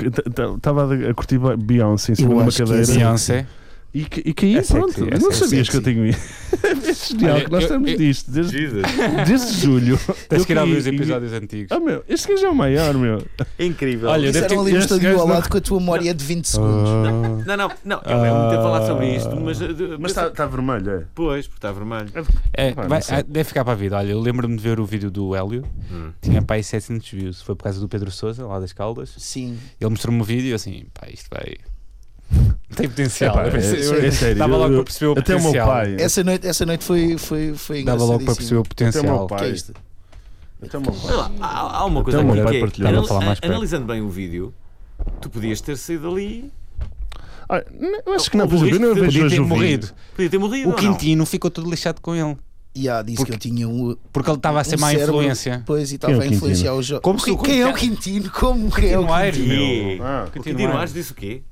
Speaker 4: estava a a curtir Beyoncé em cima
Speaker 3: Eu
Speaker 4: de uma
Speaker 3: acho que é
Speaker 4: cadeira
Speaker 3: assim.
Speaker 2: Beyoncé.
Speaker 4: e, ca- e caí.
Speaker 2: É sexy,
Speaker 4: pronto,
Speaker 2: é
Speaker 4: Eu não
Speaker 2: sexy,
Speaker 4: sabias
Speaker 2: sexy.
Speaker 4: que eu tenho isso. [LAUGHS] é genial
Speaker 2: Olha,
Speaker 4: que nós
Speaker 2: eu-
Speaker 4: estamos
Speaker 2: eu-
Speaker 4: disto desde,
Speaker 1: Jesus.
Speaker 4: desde julho.
Speaker 2: Tens que ir
Speaker 4: Eu
Speaker 2: ao
Speaker 4: caí
Speaker 2: meus
Speaker 4: e-
Speaker 2: episódios antigos.
Speaker 4: Ah, meu, este gajo é o maior, meu.
Speaker 1: É incrível.
Speaker 2: Olha, eu
Speaker 3: Isso
Speaker 2: devo
Speaker 3: era
Speaker 2: ter-
Speaker 3: um livro
Speaker 4: este
Speaker 3: estadio
Speaker 2: [LAUGHS]
Speaker 4: gajo
Speaker 3: ao
Speaker 4: não-
Speaker 3: lado com a tua memória é de 20 segundos.
Speaker 2: Ah.
Speaker 1: Não, não, não. Eu lembro-me de ter falado sobre isto, mas.
Speaker 4: Ah.
Speaker 1: eh,
Speaker 4: Mas está vermelho, é?
Speaker 1: Depois, porque está vermelho.
Speaker 2: É,
Speaker 4: Pá,
Speaker 2: vai-
Speaker 4: não sei.
Speaker 2: ah, deve ficar para a vida. Olha, eu lembro-me de ver o vídeo do Hélio.
Speaker 1: Hum.
Speaker 2: Tinha para aí 700 views. Foi por causa do Pedro Souza, lá das Caldas.
Speaker 3: Sim.
Speaker 2: Ele mostrou-me o vídeo e eu assim, pá, isto vai. [LAUGHS] Tem potencial.
Speaker 4: Epá,
Speaker 2: Eu pensei-
Speaker 4: é-
Speaker 2: eu-
Speaker 4: é sério,
Speaker 2: Dava logo
Speaker 4: eu-
Speaker 2: para perceber o
Speaker 4: Até o meu
Speaker 2: potencial.
Speaker 4: pai.
Speaker 3: Essa noite, essa noite foi, foi, foi
Speaker 2: É. Dava logo para perceber
Speaker 3: engraçadíssima.
Speaker 2: o potencial.
Speaker 3: O que é isto?
Speaker 4: Até o meu
Speaker 1: Olha
Speaker 4: pai.
Speaker 1: lá, há, há uma coisa
Speaker 4: Então,
Speaker 1: aqui
Speaker 4: vai
Speaker 1: que é,
Speaker 4: partilhar,
Speaker 1: anal-
Speaker 2: vou falar mais perto.
Speaker 1: analisando bem o vídeo, tu podias ter saído ali,
Speaker 4: Ah, não, eu acho que não, por
Speaker 1: Houve
Speaker 4: exemplo, eu não
Speaker 1: risco de-
Speaker 2: Podia
Speaker 4: vejo hoje
Speaker 2: ter
Speaker 4: o vídeo.
Speaker 2: morrido.
Speaker 1: podia ter morrido.
Speaker 2: O
Speaker 1: ou não?
Speaker 2: Quintino ficou todo lixado com ele.
Speaker 3: E ah, disse que eu tinha um.
Speaker 2: Porque ele estava a ser
Speaker 3: um
Speaker 2: má
Speaker 3: cérebro
Speaker 2: influência.
Speaker 3: Depois e
Speaker 4: é o
Speaker 3: estava a
Speaker 4: Quintino?
Speaker 3: influenciar os jogos.
Speaker 2: Como se
Speaker 3: Quem,
Speaker 2: o
Speaker 3: quem é o
Speaker 2: Quintino-
Speaker 3: Quintino? Como que é o
Speaker 2: Continuar,
Speaker 3: Quintino?
Speaker 1: Quê?
Speaker 4: meu. Ah,
Speaker 1: o
Speaker 2: continuar.
Speaker 1: Quintino Ares disse o quê?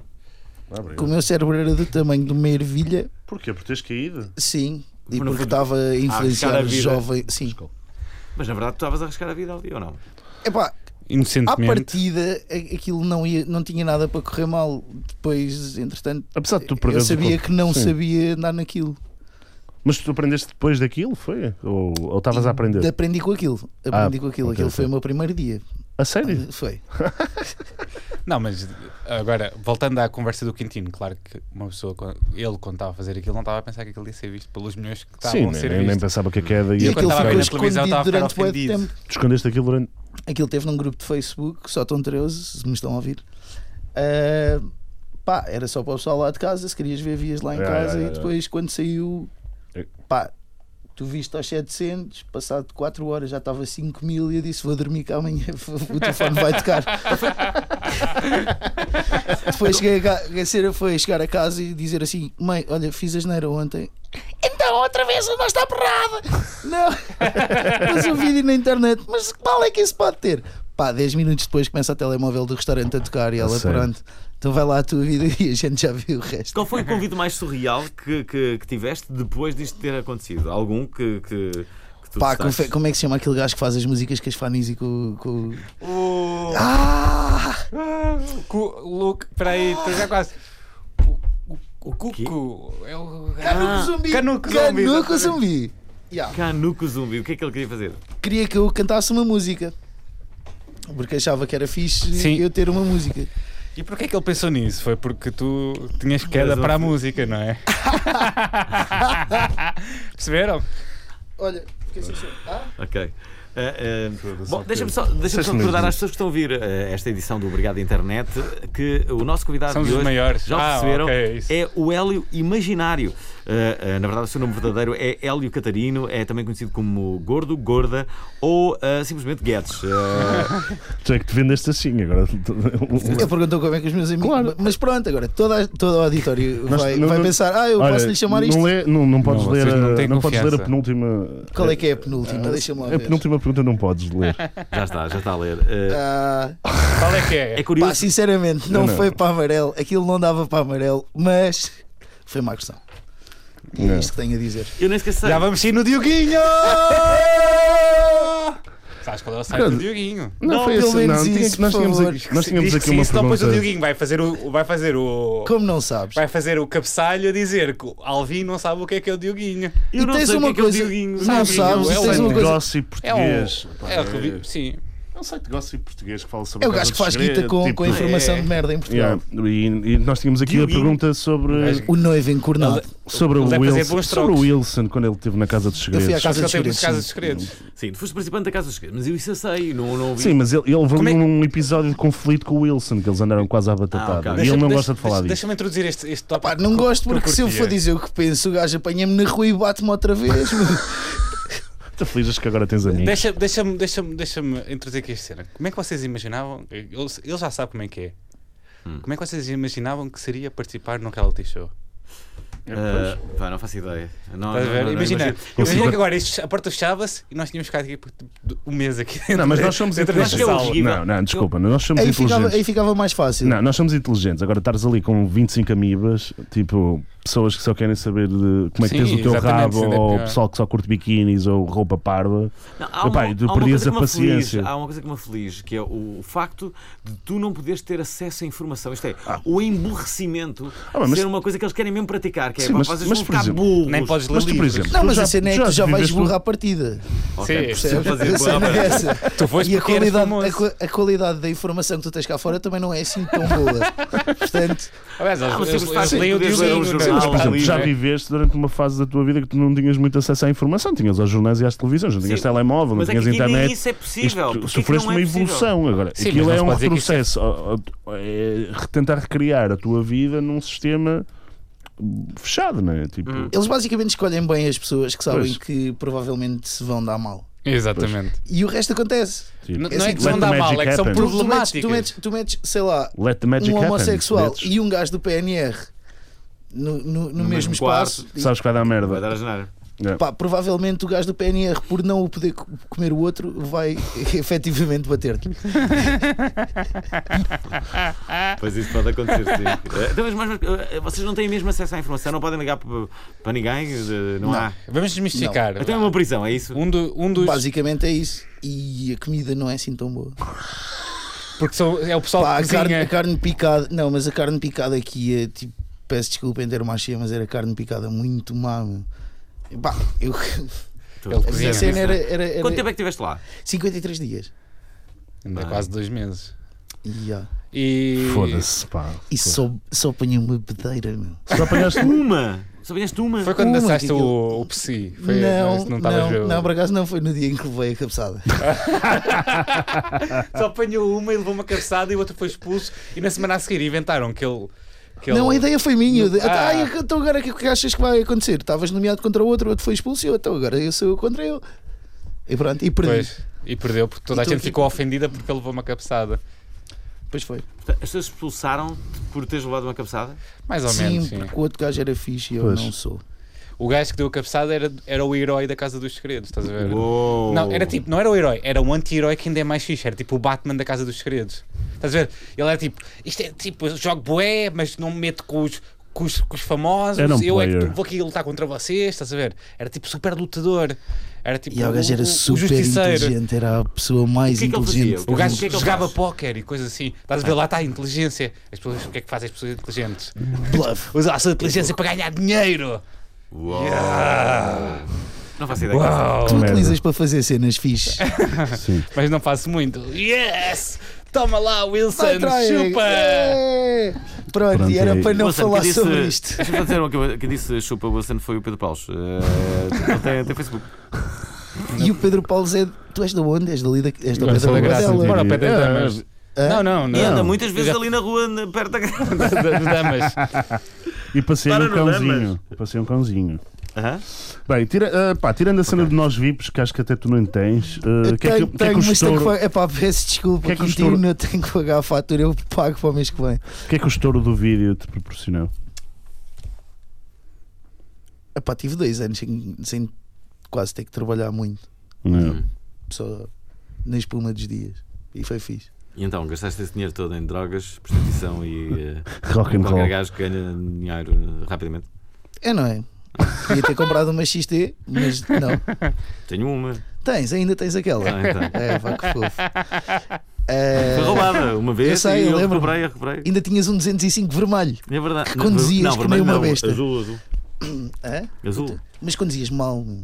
Speaker 3: Que o meu cérebro era do tamanho de uma ervilha,
Speaker 4: Porquê? Por teres caído?
Speaker 3: sim.
Speaker 1: Mas
Speaker 3: E
Speaker 1: não
Speaker 3: porque
Speaker 1: foi-
Speaker 3: estava a
Speaker 1: arriscar a
Speaker 3: influenciar os
Speaker 1: vida.
Speaker 3: jovens. Sim.
Speaker 1: Mas na verdade tu estavas a arriscar a vida ali ou não?
Speaker 3: Epá, à
Speaker 2: Inocentemente.
Speaker 3: partida a- aquilo não, ia, não tinha nada para correr mal. Depois, entretanto,
Speaker 4: Apesar
Speaker 2: Ah,
Speaker 4: de tu
Speaker 3: eu
Speaker 4: perderes o
Speaker 3: sabia
Speaker 4: corpo.
Speaker 3: que não
Speaker 4: Sim.
Speaker 3: sabia andar naquilo.
Speaker 4: Mas tu aprendeste depois daquilo, foi? Ou ou estavas a aprender?
Speaker 3: Aprendi com aquilo. Aprendi
Speaker 2: Ah,
Speaker 3: com aquilo.
Speaker 4: ok,
Speaker 3: aquilo
Speaker 4: ok.
Speaker 3: foi o meu primeiro dia.
Speaker 4: A sério?
Speaker 3: Foi.
Speaker 2: Não, mas agora, voltando à conversa do Quintino, claro que uma pessoa, quando- ele quando estava a fazer aquilo, não estava a pensar que aquilo ia ser visto pelos milhões
Speaker 3: Ah,
Speaker 2: que
Speaker 3: tá
Speaker 2: estavam
Speaker 4: Sim,
Speaker 2: a
Speaker 4: nem,
Speaker 2: ser
Speaker 4: nem- nem
Speaker 2: vistos.
Speaker 4: pensava que a queda
Speaker 3: E,
Speaker 4: ia...
Speaker 2: quando
Speaker 3: aquilo
Speaker 2: estava a
Speaker 3: ficou
Speaker 2: ver na televisão,
Speaker 3: escondido
Speaker 2: estava a ficar
Speaker 3: durante o
Speaker 2: ofendido.
Speaker 3: tempo.
Speaker 4: Tu escondeste aquilo durante...
Speaker 3: Aquilo teve num grupo de Facebook, só estão 13, se me estão a ouvir. Ah, pá, era só para o pessoal lá de casa, se querias ver, vias lá em
Speaker 4: É,
Speaker 3: casa
Speaker 4: é, é,
Speaker 3: e depois quando saiu,
Speaker 4: É.
Speaker 3: pá, tu viste aos 700, passado 4 horas já estava 5 mil e eu disse: Vou dormir cá amanhã, [LAUGHS] o telefone vai tocar. depois cheguei a, ca- a cena foi chegar a casa e dizer assim: Mãe, olha, fiz a geneira ontem. Então, Não, outra vez não está porrada. [LAUGHS] Não. Mas o vídeo na internet. Mas que mal é que isso pode ter? Pá, 10 minutos depois começa o telemóvel do restaurante a tocar e ela,
Speaker 4: sério?
Speaker 3: pronto. Então vai lá a tua vida [LAUGHS] e a gente já viu o resto.
Speaker 1: Qual foi o convite mais surreal que, que, que tiveste depois disto ter acontecido? Algum que, que, que tu
Speaker 3: Pá, como,
Speaker 1: gostaste?
Speaker 3: fe- como é que se chama aquele gajo que faz as músicas com as fanis e com. com...
Speaker 2: O.
Speaker 3: Ah!
Speaker 2: Cu... Luke, [GASPS] peraí, estou já quase. O, o, o Cuco. É o.
Speaker 3: Canuco zumbi!
Speaker 2: Canuco Zumbi,
Speaker 3: Canuco
Speaker 2: exatamente.
Speaker 3: zumbi! Yeah.
Speaker 1: Canuco Zumbi, o que é que ele queria fazer?
Speaker 3: Queria que eu cantasse uma música. Porque achava que era fixe
Speaker 2: Sim.
Speaker 3: eu ter uma música.
Speaker 2: E porquê que ele pensou nisso? Foi porque tu tinhas queda
Speaker 1: Mas eu-
Speaker 2: para a música, não é? Perceberam?
Speaker 3: Olha, porque assim chama. Ah?
Speaker 1: Ok. Eh, eh,
Speaker 4: Foda-se,
Speaker 1: bom,
Speaker 4: ok.
Speaker 1: deixa-me só, deixa
Speaker 4: Vocês
Speaker 1: só
Speaker 4: não
Speaker 1: recordar
Speaker 4: dizem.
Speaker 1: às pessoas que estão a ouvir eh, esta edição do Obrigado Internet que o nosso convidado
Speaker 2: Somos
Speaker 1: de
Speaker 2: os
Speaker 1: hoje,
Speaker 2: maiores.
Speaker 1: já
Speaker 2: Ah,
Speaker 1: perceberam,
Speaker 2: ok, isso.
Speaker 1: é o Hélio Imaginário. Eh, eh, na verdade, o seu nome verdadeiro é Hélio Catarino, é também conhecido como Gordo, Gorda ou eh, simplesmente Guedes. Eh,
Speaker 2: [LAUGHS]
Speaker 4: Tu é que te vendeste assim agora.
Speaker 3: Ele perguntou como é que os meus amigos.
Speaker 4: Claro.
Speaker 3: Mas pronto, agora toda a- todo o auditório
Speaker 4: Nós-
Speaker 3: vai,
Speaker 4: não-
Speaker 3: vai
Speaker 4: não-
Speaker 3: pensar: ah, eu
Speaker 4: Olha,
Speaker 3: posso lhe chamar isto?
Speaker 4: Não, lê, não, não podes
Speaker 2: Não,
Speaker 4: ler,
Speaker 2: vocês não
Speaker 4: a,
Speaker 2: têm
Speaker 4: não podes ler a
Speaker 2: confiança.
Speaker 4: penúltima.
Speaker 3: Qual é que é a penúltima? Deixa-me lá
Speaker 4: Ah, A
Speaker 3: ver.
Speaker 4: penúltima pergunta não podes ler.
Speaker 1: já está, já está a ler. Eh,
Speaker 3: Ah,
Speaker 2: Qual é que
Speaker 1: é
Speaker 2: é?
Speaker 3: pá,
Speaker 1: curioso.
Speaker 3: sinceramente, não,
Speaker 4: Não, não.
Speaker 3: foi para amarelo. Aquilo não dava para amarelo, mas foi uma agressão. E é
Speaker 4: Não.
Speaker 3: isto que tenho a dizer.
Speaker 1: Eu nem esqueci.
Speaker 2: Já vamos ir no Dioguinho! Sabes qual é o site do Dioguinho?
Speaker 4: Não,
Speaker 3: Não,
Speaker 4: foi
Speaker 3: pelo
Speaker 4: assim,
Speaker 3: menos
Speaker 4: não, tinha-
Speaker 3: isso,
Speaker 4: nós
Speaker 3: por
Speaker 4: tínhamos
Speaker 3: favor.
Speaker 4: aqui, nós tínhamos
Speaker 2: Diz
Speaker 4: aqui
Speaker 2: que
Speaker 4: uma
Speaker 2: sim, senão depois o
Speaker 4: pergunta.
Speaker 2: Dioguinho vai fazer o. Vai fazer o.
Speaker 3: Como não sabes?
Speaker 2: Vai fazer o cabeçalho a dizer que o Alvin não sabe o que é que é o Dioguinho.
Speaker 1: Eu
Speaker 3: E
Speaker 1: não
Speaker 3: tens
Speaker 1: sei o que
Speaker 3: uma
Speaker 1: é que é o
Speaker 3: coisa-
Speaker 1: Dioguinho.
Speaker 3: não
Speaker 1: Dioguinho,
Speaker 3: sabes,
Speaker 1: é
Speaker 4: É
Speaker 1: o
Speaker 4: um
Speaker 3: tens
Speaker 4: site
Speaker 3: uma
Speaker 4: de
Speaker 3: coisa-
Speaker 4: gossip
Speaker 2: É um.
Speaker 4: português. pá,
Speaker 2: é o revi-
Speaker 4: É
Speaker 2: Sim.
Speaker 4: é um site de gossip português que fala sobre.
Speaker 3: É o
Speaker 4: a
Speaker 3: gajo
Speaker 4: Casa
Speaker 3: que
Speaker 4: dos
Speaker 3: faz guita
Speaker 4: Segredos,
Speaker 3: com,
Speaker 4: tipo-
Speaker 3: com a informação
Speaker 2: É.
Speaker 3: de merda em Portugal.
Speaker 4: Yeah, E, e nós tínhamos aqui
Speaker 1: Dioguinho.
Speaker 4: a pergunta sobre,
Speaker 3: O noivo encornado.
Speaker 4: sobre, o
Speaker 2: Ele deve fazer
Speaker 4: Wilson,
Speaker 2: bons
Speaker 4: sobre o
Speaker 2: trocos.
Speaker 4: Wilson quando ele esteve na Casa dos
Speaker 3: Eu fui à
Speaker 4: Segredos.
Speaker 3: casa
Speaker 2: Acho que
Speaker 3: dos
Speaker 2: ele tem
Speaker 3: segredos.
Speaker 2: muitos casos
Speaker 3: sim.
Speaker 2: segredos.
Speaker 1: Sim, tu foste participante da Casa dos Segredos, mas eu isso eu sei, não, não ouvi.
Speaker 4: Sim, mas ele, ele levou
Speaker 2: Como é que-
Speaker 4: num episódio de conflito com o Wilson, que eles andaram quase à batatada.
Speaker 1: Ah, ok.
Speaker 4: E ele
Speaker 2: Deixa-me-
Speaker 4: não
Speaker 2: deixa-
Speaker 4: gosta de falar
Speaker 2: deixa-
Speaker 4: disso.
Speaker 2: Deixa-me introduzir este, este tópico.
Speaker 3: Pá, não
Speaker 2: que-
Speaker 3: gosto
Speaker 2: que eu
Speaker 3: porque se eu
Speaker 2: curtia.
Speaker 1: é.
Speaker 3: for dizer o que penso, o gajo apanha-me na rua e bate-me outra vez. meu.
Speaker 4: Estou Tá feliz acho que agora tens amigos.
Speaker 2: Deixa- Deixa-me deixa deixa introduzir aqui esta cena. Como é que vocês imaginavam? Ele, ele já sabe como é que é.
Speaker 4: Hum.
Speaker 2: Como é que vocês imaginavam que seria participar num reality show?
Speaker 1: Ah, pá, não faço ideia.
Speaker 4: Ah,
Speaker 1: Não,
Speaker 2: Estás a
Speaker 1: não,
Speaker 2: ver?
Speaker 1: não, não,
Speaker 2: imagina,
Speaker 1: imagino.
Speaker 2: imagina
Speaker 4: Consigo-
Speaker 2: que agora isto- a porta fechava-se e nós tínhamos ficado aqui por, tipo, um mês aqui dentro.
Speaker 4: Não, mas nós somos
Speaker 2: dentro desta
Speaker 1: inteligentes.
Speaker 2: sala.
Speaker 1: Acho que é horrível.
Speaker 4: Não, não, desculpa, nós somos
Speaker 3: aí, ficava,
Speaker 4: inteligentes.
Speaker 3: aí ficava mais fácil.
Speaker 4: Não, nós somos inteligentes. Agora, estares ali com 25 amibas, tipo, pessoas que só querem saber de como é que
Speaker 2: Sim,
Speaker 4: tens o teu
Speaker 2: exatamente,
Speaker 4: rabo,
Speaker 2: sim,
Speaker 4: ou
Speaker 2: é.
Speaker 4: pessoal que só curte biquinis ou roupa parva.
Speaker 1: Não, há
Speaker 4: Epá,
Speaker 1: uma-
Speaker 4: e tu
Speaker 1: há uma
Speaker 4: perdias
Speaker 1: coisa
Speaker 4: a
Speaker 1: que me aflige,
Speaker 4: paciência.
Speaker 1: há uma coisa que me aflige, que é o, o facto de tu não poderes ter acesso à informação. Isto é, o emburrecimento
Speaker 4: Ah, mas-
Speaker 1: ser uma coisa que eles querem mesmo praticar, que é
Speaker 4: Sim,
Speaker 1: pá,
Speaker 4: mas-
Speaker 1: vocês
Speaker 4: mas,
Speaker 1: vão
Speaker 4: por
Speaker 1: ficar
Speaker 4: exemplo,
Speaker 1: burros.
Speaker 2: Nem podes ler
Speaker 4: Mas tu, por
Speaker 2: livros.
Speaker 4: exemplo,
Speaker 3: Não,
Speaker 4: tu
Speaker 3: mas
Speaker 4: já,
Speaker 3: a cena é que tu já vais
Speaker 4: viveste
Speaker 3: burrar a partida.
Speaker 1: Ok,
Speaker 2: Sim.
Speaker 1: percebo
Speaker 3: Percebes?
Speaker 2: [LAUGHS]
Speaker 1: fazer
Speaker 3: A
Speaker 4: [LAUGHS]
Speaker 3: cena
Speaker 1: burra.
Speaker 3: é essa.
Speaker 2: Tu foste
Speaker 3: E a
Speaker 2: porque eras
Speaker 3: qualidade,
Speaker 4: é
Speaker 2: famoso.
Speaker 3: a qua- a qualidade da informação que tu tens cá fora também não é assim tão
Speaker 4: [LAUGHS]
Speaker 3: boa. Portanto,
Speaker 4: Ah,
Speaker 2: Aliás, eles-
Speaker 1: mas
Speaker 2: eles-
Speaker 1: sempre
Speaker 2: eles
Speaker 1: fazem
Speaker 2: leem o
Speaker 1: poderes ler um
Speaker 2: Dioguinho,
Speaker 1: jornal,
Speaker 2: não é?
Speaker 4: Mas, por exemplo,
Speaker 1: ali,
Speaker 4: já
Speaker 1: né?
Speaker 4: viveste durante uma fase da tua vida que tu não tinhas muito acesso à informação. Tinhas aos jornais e às televisões, não tinhas
Speaker 1: Sim,
Speaker 4: telemóvel, não
Speaker 1: Mas é que
Speaker 4: tinhas
Speaker 1: aqui nem
Speaker 4: internet.
Speaker 1: isso é possível.
Speaker 4: Isto-
Speaker 1: Porquê que
Speaker 4: sofreste
Speaker 1: não é
Speaker 4: uma
Speaker 1: possível?
Speaker 4: evolução agora.
Speaker 2: Sim,
Speaker 4: Aquilo
Speaker 2: mas
Speaker 4: é
Speaker 2: não
Speaker 4: um
Speaker 2: se pode dizer que isto
Speaker 4: retrocesso. Ó, ó, É re- tentar recriar a tua vida num sistema fechado, não é? Tipo,
Speaker 1: Hum.
Speaker 3: eles basicamente escolhem bem as pessoas que sabem
Speaker 4: Pois.
Speaker 3: que provavelmente se vão dar mal.
Speaker 2: Exatamente.
Speaker 3: E o resto acontece.
Speaker 4: tipo,
Speaker 2: Não,
Speaker 3: É
Speaker 2: não é
Speaker 3: assim,
Speaker 2: que são
Speaker 4: let
Speaker 2: da
Speaker 4: the
Speaker 2: mal, é
Speaker 4: magic
Speaker 2: que são
Speaker 4: happen.
Speaker 3: Tu- tu metes-
Speaker 2: problemáticas.
Speaker 3: Tu metes, tu metes, sei lá,
Speaker 4: let the magic
Speaker 3: um
Speaker 4: happen.
Speaker 3: homossexual
Speaker 4: bitch.
Speaker 3: e um gajo do PNR no, no- no
Speaker 1: No mesmo
Speaker 3: mesmo espaço. e-
Speaker 4: Sabes que vai dar merda.
Speaker 1: Vai dar a geneira.
Speaker 4: É.
Speaker 3: pá, provavelmente o gajo do PNR, por não o poder co- comer o outro, vai [LAUGHS] efetivamente bater-te.
Speaker 1: Pois isso pode acontecer, sim. Eh, [LAUGHS] então, mas, mas, eh, vocês não têm mesmo acesso à informação, não podem ligar p- para ninguém, eh, não,
Speaker 3: Não.
Speaker 2: é
Speaker 1: há.
Speaker 2: Vamos desmistificar.
Speaker 1: Então é uma prisão, é isso?
Speaker 2: Um, do- um dos.
Speaker 3: Basicamente é isso. E a comida não é assim tão boa.
Speaker 2: Porque são, é o pessoal
Speaker 3: Pá,
Speaker 2: que
Speaker 3: a, carne,
Speaker 2: cozinha.
Speaker 3: a carne picada. Não, mas a carne picada aqui é tipo. Peço desculpa em ter uma cheia, mas era carne picada muito má. meu. Pá, eu.
Speaker 1: Tudo.
Speaker 2: Ele
Speaker 3: A
Speaker 2: cozinha.
Speaker 3: minha cena era, era, era
Speaker 1: Quanto tempo é que estiveste lá?
Speaker 3: 53 dias.
Speaker 2: Ainda é
Speaker 1: Ah.
Speaker 2: quase dois meses.
Speaker 3: E, ah,
Speaker 2: E.
Speaker 4: Foda-se, pá.
Speaker 3: e só, só apanhei uma bedeira, meu.
Speaker 4: Só apanhaste
Speaker 3: [LAUGHS]
Speaker 1: Uma! Só vinheste uma?
Speaker 2: Foi quando
Speaker 3: Uma,
Speaker 2: dançaste
Speaker 3: que aquilo-
Speaker 2: o, o Psy. Foi,
Speaker 3: não,
Speaker 2: isso
Speaker 3: não,
Speaker 2: estavas
Speaker 3: não,
Speaker 2: eu-
Speaker 3: por acaso não foi no dia em que levei a cabeçada.
Speaker 2: [LAUGHS] Só apanhou uma e levou uma cabeçada e o outro foi expulso. E na semana a seguir inventaram que ele. Que
Speaker 3: Não, a
Speaker 2: ele...
Speaker 3: ideia foi minha.
Speaker 2: No- Ah.
Speaker 3: Ai, então agora o que é que achas que vai acontecer? Estavas nomeado contra o outro, o outro foi expulso e eu, então agora eu sou eu contra eu. E pronto, e perdi. Pois,
Speaker 2: Pois, e perdeu, porque toda
Speaker 3: E
Speaker 2: a
Speaker 3: tu
Speaker 2: gente
Speaker 3: aqui-
Speaker 2: ficou ofendida porque ele levou uma cabeçada.
Speaker 3: foi.
Speaker 1: Portanto, As pessoas expulsaram por teres levado uma cabeçada?
Speaker 2: Mais ou
Speaker 3: Sim,
Speaker 2: menos, sim.
Speaker 3: porque o outro gajo era fixe e eu
Speaker 4: Pois.
Speaker 3: não sou.
Speaker 2: O gajo que deu a cabeçada era, era o herói da Casa dos Segredos, estás a ver?
Speaker 1: Uou.
Speaker 2: Não, era tipo, não era o herói, era um anti-herói que ainda é mais fixe, era tipo o Batman da Casa dos Segredos. Estás a ver? Ele era tipo, isto é tipo, eu jogo boé, mas não me meto com os, com os, com os famosos,
Speaker 4: Era um
Speaker 2: eu é que
Speaker 4: player.
Speaker 2: vou aqui lutar contra vocês, estás a ver? Era tipo super lutador. Era tipo
Speaker 3: E o gajo era
Speaker 2: o
Speaker 3: super
Speaker 2: justiceiro.
Speaker 3: inteligente, era a pessoa mais
Speaker 1: que é que ele
Speaker 3: inteligente.
Speaker 1: fazia?
Speaker 2: O gajo
Speaker 1: O que é que ele
Speaker 2: jogava
Speaker 1: faz?
Speaker 2: póquer e coisas assim. Estás a ver? Lá está a inteligência. As pessoas, o que é que fazem as pessoas inteligentes?
Speaker 3: Tipo, Bluff.
Speaker 2: Usam a sua inteligência é para ganhar dinheiro.
Speaker 1: Uou.
Speaker 2: Yeah.
Speaker 1: Não faço ideia.
Speaker 2: Uau!
Speaker 3: Tu
Speaker 4: merda.
Speaker 3: utilizas para fazer cenas fixe.
Speaker 4: Sim.
Speaker 2: Mas não faço muito. Yes! Toma lá, Wilson!
Speaker 3: Vai, trai.
Speaker 2: Chupa!
Speaker 3: É. Pronto,
Speaker 4: Pronto,
Speaker 3: e era
Speaker 4: é-
Speaker 3: para não
Speaker 1: Wilson,
Speaker 3: falar
Speaker 1: quem disse-
Speaker 3: sobre isto.
Speaker 1: Deixa-me só dizer uma coisa. Quem disse chupa Wilson foi o Pedro Paus. Eh, ele tem, tem [LAUGHS] Facebook.
Speaker 3: E o Pedro Paulo Zé, tu és da onde? És dali da, és da
Speaker 2: Não,
Speaker 3: Pedra
Speaker 2: sou
Speaker 3: da
Speaker 2: da Graça.
Speaker 3: Gradela.
Speaker 2: Bora, Pedro,
Speaker 4: É,
Speaker 2: damas.
Speaker 3: Hã?
Speaker 2: Não, não, não.
Speaker 1: E anda
Speaker 2: [LAUGHS]
Speaker 1: muitas
Speaker 2: Eu
Speaker 1: vezes
Speaker 2: já-
Speaker 1: ali na rua, na- perto da grada.
Speaker 2: de damas.
Speaker 4: E passei
Speaker 1: Para
Speaker 4: um
Speaker 1: no
Speaker 4: cãozinho.
Speaker 1: Lamas.
Speaker 4: Passei um cãozinho.
Speaker 1: Aham.
Speaker 4: Bem, tira, ah, pá, tirando a cena de nós VIPs, que acho que até tu não tens, ah,
Speaker 3: Eu
Speaker 4: o que é que,
Speaker 3: tenho,
Speaker 4: o que
Speaker 3: tenho,
Speaker 4: é que o
Speaker 3: mas tenho que
Speaker 4: estouro-
Speaker 3: pagar. Epá, peço desculpa,
Speaker 4: Que é que o
Speaker 3: Quintino,
Speaker 4: estouro-
Speaker 3: eu tenho que pagar a fatura, eu pago para o mês que vem.
Speaker 4: o que é que o estouro do vídeo te proporcionou?
Speaker 3: Epá, tive dois anos sem, sem quase ter que trabalhar muito,
Speaker 4: Não.
Speaker 1: Hum.
Speaker 3: só na espuma dos dias. E foi fixe.
Speaker 1: E então, gastaste esse dinheiro todo em drogas, prostituição e eh,
Speaker 4: Rock and
Speaker 1: qualquer
Speaker 4: roll.
Speaker 1: gajo que ganha dinheiro eh, rapidamente.
Speaker 3: É, não é? Podia ter comprado uma XT, mas não.
Speaker 1: Tenho uma.
Speaker 3: Tens, ainda tens aquela.
Speaker 1: Ah, então.
Speaker 3: É, vá que fofo. É,
Speaker 1: Foi roubada uma vez
Speaker 3: Eu sei,
Speaker 1: e
Speaker 3: eu
Speaker 1: eu
Speaker 3: lembro-me.
Speaker 1: recuperei, eu recuperei.
Speaker 3: ainda tinhas um 205 vermelho.
Speaker 1: É verdade.
Speaker 3: Que conduzias
Speaker 1: não,
Speaker 3: que
Speaker 1: vermelho
Speaker 3: nem uma
Speaker 1: não,
Speaker 3: besta.
Speaker 1: Azul, azul.
Speaker 3: Hã?
Speaker 1: Azul.
Speaker 3: Hum, é? Mas conduzias mal. meu.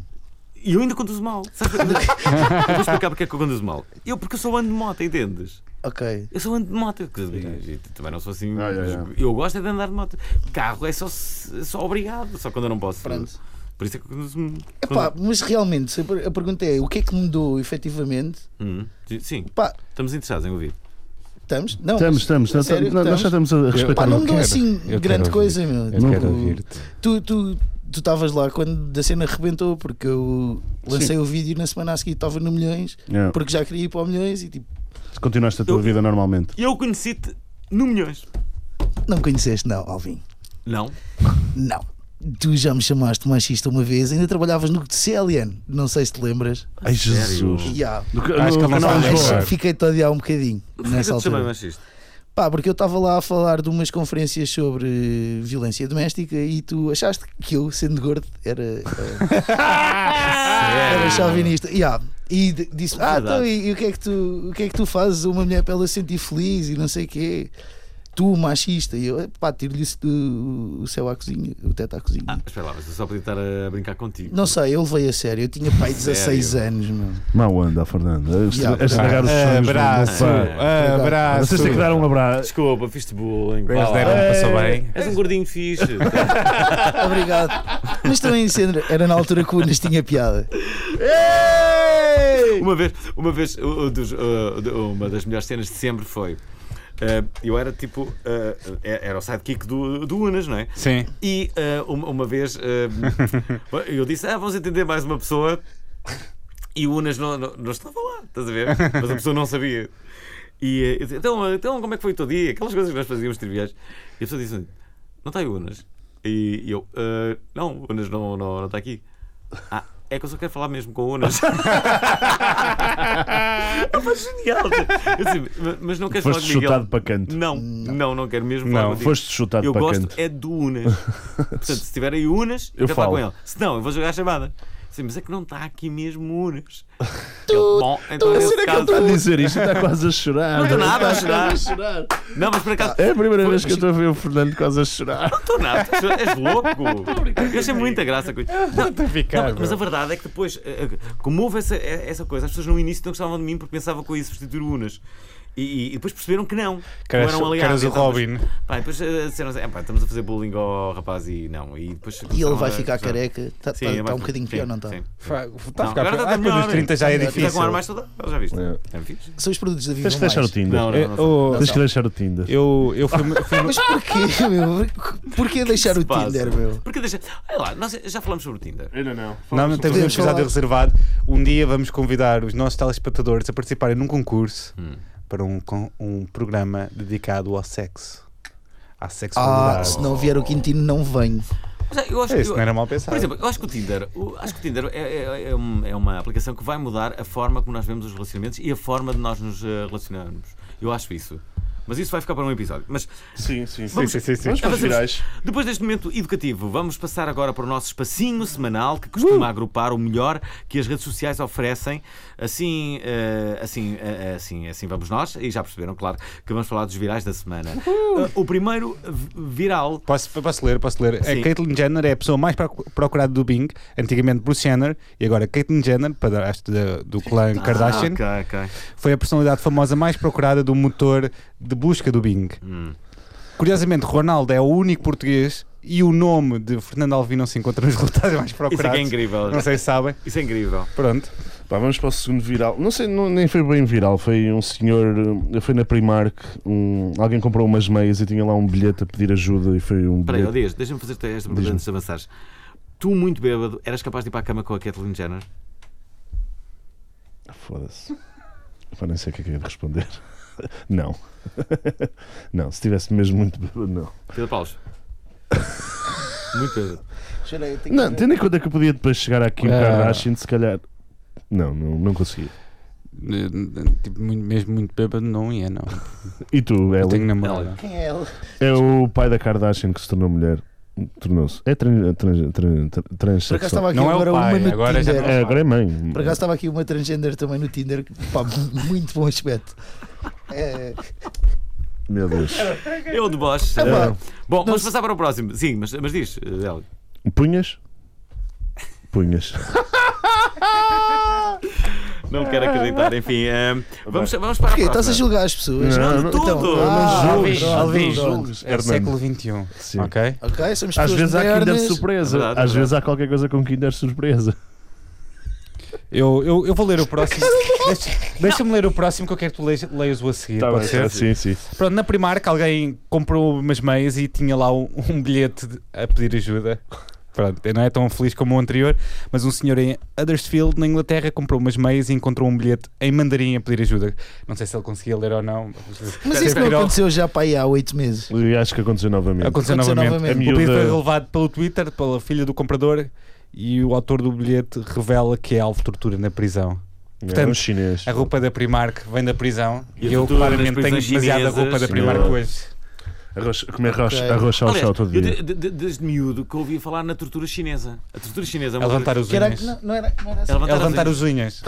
Speaker 1: E eu ainda conduzo mal. Sabe? [LAUGHS] Eu vou explicar porque é que eu conduzo mal. Eu, porque eu só ando de moto, entendes?
Speaker 3: Ok.
Speaker 1: Eu só ando de moto. quer dizer, e Também não sou assim.
Speaker 4: Ah, já, já.
Speaker 1: Eu gosto é de andar de moto. Carro é só, se- só obrigado, só quando eu não posso.
Speaker 3: Pronto.
Speaker 1: Por isso é que eu conduzo.
Speaker 3: Epá,
Speaker 1: conduzo-
Speaker 3: mas realmente, se a per- a pergunta é o que é que mudou efetivamente?
Speaker 1: Hum, sim,
Speaker 3: Pá,
Speaker 1: estamos interessados em ouvir.
Speaker 3: estamos? Não.
Speaker 4: Estamos, estamos,
Speaker 3: a
Speaker 4: nós,
Speaker 3: sério,
Speaker 4: nós já estamos a respeitar.
Speaker 3: Pá, não
Speaker 2: Eu
Speaker 3: mudou
Speaker 2: quero,
Speaker 3: assim
Speaker 2: eu
Speaker 3: grande
Speaker 2: quero
Speaker 3: coisa, meu.
Speaker 2: Eu quero
Speaker 3: Tipo,
Speaker 2: ouvir-te.
Speaker 3: tu, tu, tu estavas lá quando da cena arrebentou, porque eu lancei o vídeo e na semana a seguir estava no Milhões,
Speaker 4: Yeah.
Speaker 3: porque já queria ir para o Milhões e tipo,
Speaker 4: É. Continuaste a tua
Speaker 1: Eu-
Speaker 4: vida normalmente.
Speaker 1: Eu conheci-te no Milhões.
Speaker 3: não me conheceste, não, Alvin.
Speaker 1: Não.
Speaker 3: Não. Tu já me chamaste machista uma vez, ainda trabalhavas no Celian, não sei se te lembras.
Speaker 4: Ai
Speaker 1: Sério?
Speaker 4: Jesus.
Speaker 3: Yeah.
Speaker 4: Do que-
Speaker 2: Acho que
Speaker 4: no
Speaker 2: ele não
Speaker 4: canal
Speaker 2: sabe
Speaker 4: Lisboa.
Speaker 2: deixar.
Speaker 3: Fiquei-te a odiar um bocadinho
Speaker 1: Porquê que
Speaker 3: nessa
Speaker 1: eu te chamei
Speaker 3: altura.
Speaker 1: machista?
Speaker 3: Pá, porque eu estava lá a falar de umas conferências sobre violência doméstica e tu achaste que eu, sendo gordo, era, eh,
Speaker 1: É.
Speaker 3: Ah! era chauvinista. Yeah. E d- disse: Ah,
Speaker 1: Verdade.
Speaker 3: então, e, e o, que é que tu, o que é que tu fazes a uma mulher para ela se sentir feliz e não sei o quê? Tu, machista. E eu, pá, tiro-lhe isso do- o céu à cozinha, o teto à cozinha.
Speaker 1: Ah, espera lá, mas eu só podia estar a brincar contigo.
Speaker 3: Não sei, eu levei a sério. Eu tinha pai 16
Speaker 1: [LAUGHS] Sério?
Speaker 3: anos, meu.
Speaker 4: Mau anda, Fernando. É A estra-
Speaker 3: Yeah.
Speaker 4: a estragar os sonhos. do- do
Speaker 2: Abraço,
Speaker 4: pai.
Speaker 2: abraço.
Speaker 4: Vocês têm que dar um abraço.
Speaker 1: Desculpa, fiz-te bullying.
Speaker 2: Eles
Speaker 1: Vá lá.
Speaker 2: deram, passou bem.
Speaker 1: És um gordinho fixe.
Speaker 3: Obrigado. Mas também, Sandra, era na altura que o Unas tinha piada.
Speaker 1: Uma vez, uma vez o- o dos, uh, de- uma das melhores cenas de sempre foi. uh, eu era tipo. uh, é- era o sidekick do, do Unas, não é?
Speaker 2: Sim.
Speaker 1: E uh, uma, uma vez uh, eu disse: Ah, vamos entender mais uma pessoa. E o Unas não, não, não estava lá, estás a ver? Mas a pessoa não sabia. E uh, eu disse, então, então, como é que foi o teu dia? Aquelas coisas que nós fazíamos triviais. E a pessoa disse: assim, Não está aí o Unas. E eu: "Ah, Não, o Unas não, não, não está aqui. Ah, é que eu só quero falar mesmo com o Unas. [LAUGHS] É uma genial. Eu disse, "Ma- mas não queres
Speaker 4: Foste
Speaker 1: falar comigo? Ele,
Speaker 4: chutado para canto.
Speaker 1: Não, não, não quero mesmo falar
Speaker 4: Não,
Speaker 1: contigo.
Speaker 4: foste chutado
Speaker 1: Eu
Speaker 4: para
Speaker 1: gosto
Speaker 4: canto.
Speaker 1: é do Unas. Portanto, se tiver aí Unas,
Speaker 4: Eu
Speaker 1: eu falo com
Speaker 4: falo.
Speaker 1: ele. Se não, eu vou jogar a chamada. Sim, mas é que não está aqui mesmo o Unas. Ele, bom, então
Speaker 3: tu,
Speaker 1: nesse
Speaker 3: será que
Speaker 1: caso-
Speaker 3: eu tô-
Speaker 4: A dizer isto está quase a chorar.
Speaker 1: Não estou nada a Ah, chorar. Não, mas por acaso.
Speaker 4: É a primeira vez que eu estou a ver o Fernando quase a chorar.
Speaker 1: Estou nada, tu és louco. Eu achei muita graça com isso. Não,
Speaker 2: Estou a ficar,
Speaker 1: não, mas a
Speaker 2: bro.
Speaker 1: verdade é que depois, eh, eh, como houve essa, eh, essa coisa, as pessoas no início não gostavam de mim porque pensavam que eu ia substituir o Unas. E, e depois perceberam que não.
Speaker 2: Que eras-
Speaker 1: que eu era um
Speaker 2: que
Speaker 1: aliado.
Speaker 2: eras o
Speaker 1: Então, mas-
Speaker 2: Robin.
Speaker 1: Pá, depois eh, disseram assim: "Ah, pá, estamos a fazer bullying ao rapaz e não. E, depois então, eh,
Speaker 3: E ele
Speaker 1: começaram
Speaker 3: vai
Speaker 1: a-
Speaker 3: ficar
Speaker 1: começaram-
Speaker 3: careca. Está
Speaker 1: Sim, vai-
Speaker 3: um bocadinho
Speaker 1: sim,
Speaker 3: pior, não está?
Speaker 1: sim.
Speaker 2: Está Tá a
Speaker 1: Não,
Speaker 2: ficar.
Speaker 1: agora está
Speaker 2: Ah, quando
Speaker 1: melhor. né?
Speaker 2: os 30 já é
Speaker 3: Está
Speaker 1: Fica com
Speaker 2: difícil.
Speaker 1: ar mais toda. Já viste? É fixe.
Speaker 3: São os produtos da vida.
Speaker 4: Tens que deixar o Tinder.
Speaker 1: Não,
Speaker 2: Eu-
Speaker 1: não, não.
Speaker 2: eu-
Speaker 4: Tens que deixar o Tinder.
Speaker 2: É, oh, Eu, eu fui, fui-
Speaker 3: Mas porquê, meu?
Speaker 1: [LAUGHS]
Speaker 3: Porquê deixar o
Speaker 1: é Passa.
Speaker 3: Tinder, meu?
Speaker 1: Porque deixa. Olha lá, nós já falamos sobre o Tinder.
Speaker 4: Ainda não.
Speaker 2: Não, não temos um
Speaker 3: Podemos
Speaker 2: episódio
Speaker 3: falar.
Speaker 2: reservado. Um dia vamos convidar os nossos telespectadores a participarem num concurso
Speaker 1: Hum.
Speaker 2: para um, con- um programa dedicado ao sexo. À
Speaker 3: Ah,
Speaker 2: sexualidade.
Speaker 1: Ah,
Speaker 3: se não vier o Quintino, não venho.
Speaker 1: Mas é, eu acho
Speaker 2: É,
Speaker 1: que-
Speaker 2: isso não era mal pensado.
Speaker 1: Por exemplo, eu acho que o Tinder, o- acho que o Tinder é, é- é um- é uma aplicação que vai mudar a forma como nós vemos os relacionamentos e a forma de nós nos eh, relacionarmos. Eu acho isso. Mas isso vai ficar para um episódio. Mas
Speaker 4: Sim, sim, sim.
Speaker 1: Vamos-
Speaker 4: sim, sim, sim. Vamos para os
Speaker 1: Avançamos.
Speaker 4: virais.
Speaker 1: Depois deste momento educativo, vamos passar agora para o nosso espacinho semanal que costuma
Speaker 2: Uh!
Speaker 1: agrupar o melhor que as redes sociais oferecem. Assim, eh, assim, eh, assim, assim vamos nós. E já perceberam, claro, que vamos falar dos virais da semana. Eh, o primeiro vi- viral.
Speaker 2: Posso, posso ler, posso ler.
Speaker 1: Sim.
Speaker 2: A Caitlyn Jenner é a pessoa mais procu- procurada do Bing, antigamente Bruce Jenner, e agora Caitlyn Jenner, padrasto da- do clã Kardashian,
Speaker 1: Ah, ok, ok.
Speaker 2: foi a personalidade famosa mais procurada do motor de busca do Bing.
Speaker 1: Hum.
Speaker 2: Curiosamente, Ronaldo é o único português e o nome de Fernando Alvim não se encontra nos resultados mais
Speaker 1: Isso é que
Speaker 2: procurados.
Speaker 1: é incrível.
Speaker 2: Não sei se sabem.
Speaker 1: Isso é incrível.
Speaker 2: Pronto.
Speaker 4: Pá, vamos para o segundo viral. Não sei, não- nem foi bem viral. Foi um senhor. eh, Foi na Primark. um- alguém comprou umas meias e tinha lá um bilhete a pedir ajuda. E foi um
Speaker 1: Espera aí, ó,
Speaker 4: bilhete.
Speaker 1: Dias, deixa-me fazer esta pergunta
Speaker 4: Diz-me.
Speaker 1: antes de avançares. Tu, muito bêbado, eras capaz de ir para a cama com a Kathleen Jenner?
Speaker 4: Foda-se. Pá, nem sei o que é que eu ia responder. [LAUGHS] Não. [LAUGHS] Não, se tivesse mesmo muito [LAUGHS] bêbado, não.
Speaker 1: Pedro Paulos. muito bêbado.
Speaker 3: Chorei, eu tenho
Speaker 4: Não,
Speaker 3: que...
Speaker 4: tendo em conta que eu podia depois chegar aqui Kim
Speaker 2: Ah.
Speaker 4: Kardashian, se calhar. Não, não, não conseguia.
Speaker 2: Tipo, muito- mesmo muito bêbado não ia, não.
Speaker 4: E tu,
Speaker 2: Eu
Speaker 4: Ellie?
Speaker 2: tenho namorada.
Speaker 3: Quem é ela?
Speaker 4: É o pai da Kardashian que se tornou mulher. Tornou-se. É tran- tran- tran- tran-
Speaker 3: Por acaso
Speaker 4: transexual.
Speaker 3: estava aqui
Speaker 2: Não é o
Speaker 3: agora
Speaker 2: pai,
Speaker 3: uma no
Speaker 2: agora já
Speaker 3: Tinder.
Speaker 4: É, agora é mãe.
Speaker 3: Por acaso estava aqui uma transgender também no Tinder, que, pá, [LAUGHS] muito bom aspecto. É,
Speaker 4: Meu Deus.
Speaker 1: Eu de Bosch.
Speaker 3: pá,
Speaker 1: Bom, vamos passar para o próximo. Sim, mas, mas diz, eh, Hélio.
Speaker 4: Punhas? Punhas.
Speaker 1: Não quero
Speaker 3: [LAUGHS]
Speaker 1: acreditar. Enfim, ehm, vamos, vamos para a
Speaker 3: porquê? Estás a
Speaker 1: próxima.
Speaker 3: julgar as pessoas?
Speaker 4: Não, não-
Speaker 1: tudo.
Speaker 3: Então,
Speaker 4: Não
Speaker 3: ah,
Speaker 4: julgues,
Speaker 3: pronto,
Speaker 4: Alvin,
Speaker 3: pronto.
Speaker 4: julgues,
Speaker 2: É o
Speaker 4: Hernando.
Speaker 2: século
Speaker 1: um.
Speaker 2: XXI.
Speaker 4: Sim.
Speaker 2: Ok?
Speaker 3: Ok, somos
Speaker 4: Às
Speaker 3: pessoas
Speaker 4: vezes há Kinder
Speaker 3: modernas.
Speaker 1: É
Speaker 4: surpresa.
Speaker 1: verdade, é
Speaker 4: Às
Speaker 1: verdade.
Speaker 4: vezes há qualquer coisa com Kinder surpresa.
Speaker 2: Eu, eu, eu vou ler o
Speaker 3: [LAUGHS]
Speaker 2: próximo. Deixa- Deixa-me ler o próximo que eu quero que tu leias, leias o a seguir.
Speaker 4: Tá
Speaker 2: pode
Speaker 4: bem,
Speaker 2: ser?
Speaker 4: tá, sim, sim.
Speaker 2: Pronto, na Primark alguém comprou umas meias e tinha lá um, um bilhete de- a pedir ajuda. Pronto, não é tão feliz como o anterior, mas um senhor em Huddersfield, na Inglaterra, comprou umas meias e encontrou um bilhete em mandarim a pedir ajuda. Não sei se ele conseguia ler ou não.
Speaker 3: Mas isso não
Speaker 2: Virou-
Speaker 3: aconteceu já para aí há oito meses.
Speaker 4: E acho que aconteceu novamente.
Speaker 2: Aconteceu,
Speaker 3: Aconteceu
Speaker 2: novamente.
Speaker 3: novamente.
Speaker 4: A
Speaker 2: O pedido foi
Speaker 4: miúda-
Speaker 2: relevado pelo Twitter, pela filha do comprador, e o autor do bilhete revela que é alvo de tortura na prisão.
Speaker 4: É
Speaker 2: portanto,
Speaker 4: um chinês.
Speaker 2: A roupa da Primark vem da prisão
Speaker 1: E
Speaker 2: e,
Speaker 1: a
Speaker 2: eu
Speaker 1: tortura nas
Speaker 2: claramente tenho
Speaker 1: prisões
Speaker 2: demasiada
Speaker 1: chinesas.
Speaker 2: roupa da
Speaker 4: Sim.
Speaker 2: Primark hoje.
Speaker 4: Arroz, comer arroz,
Speaker 3: Ok.
Speaker 4: arroz ao chão
Speaker 1: Aliás,
Speaker 4: todo
Speaker 1: eu
Speaker 4: dia.
Speaker 1: de- de- de- desde miúdo que ouvi falar na tortura chinesa. A tortura chinesa é
Speaker 2: A
Speaker 1: uma
Speaker 2: levantar os
Speaker 3: Que era,
Speaker 2: unhas.
Speaker 3: não, não era, não era assim,
Speaker 1: É levantar
Speaker 2: A levantar
Speaker 1: as
Speaker 2: os unhas.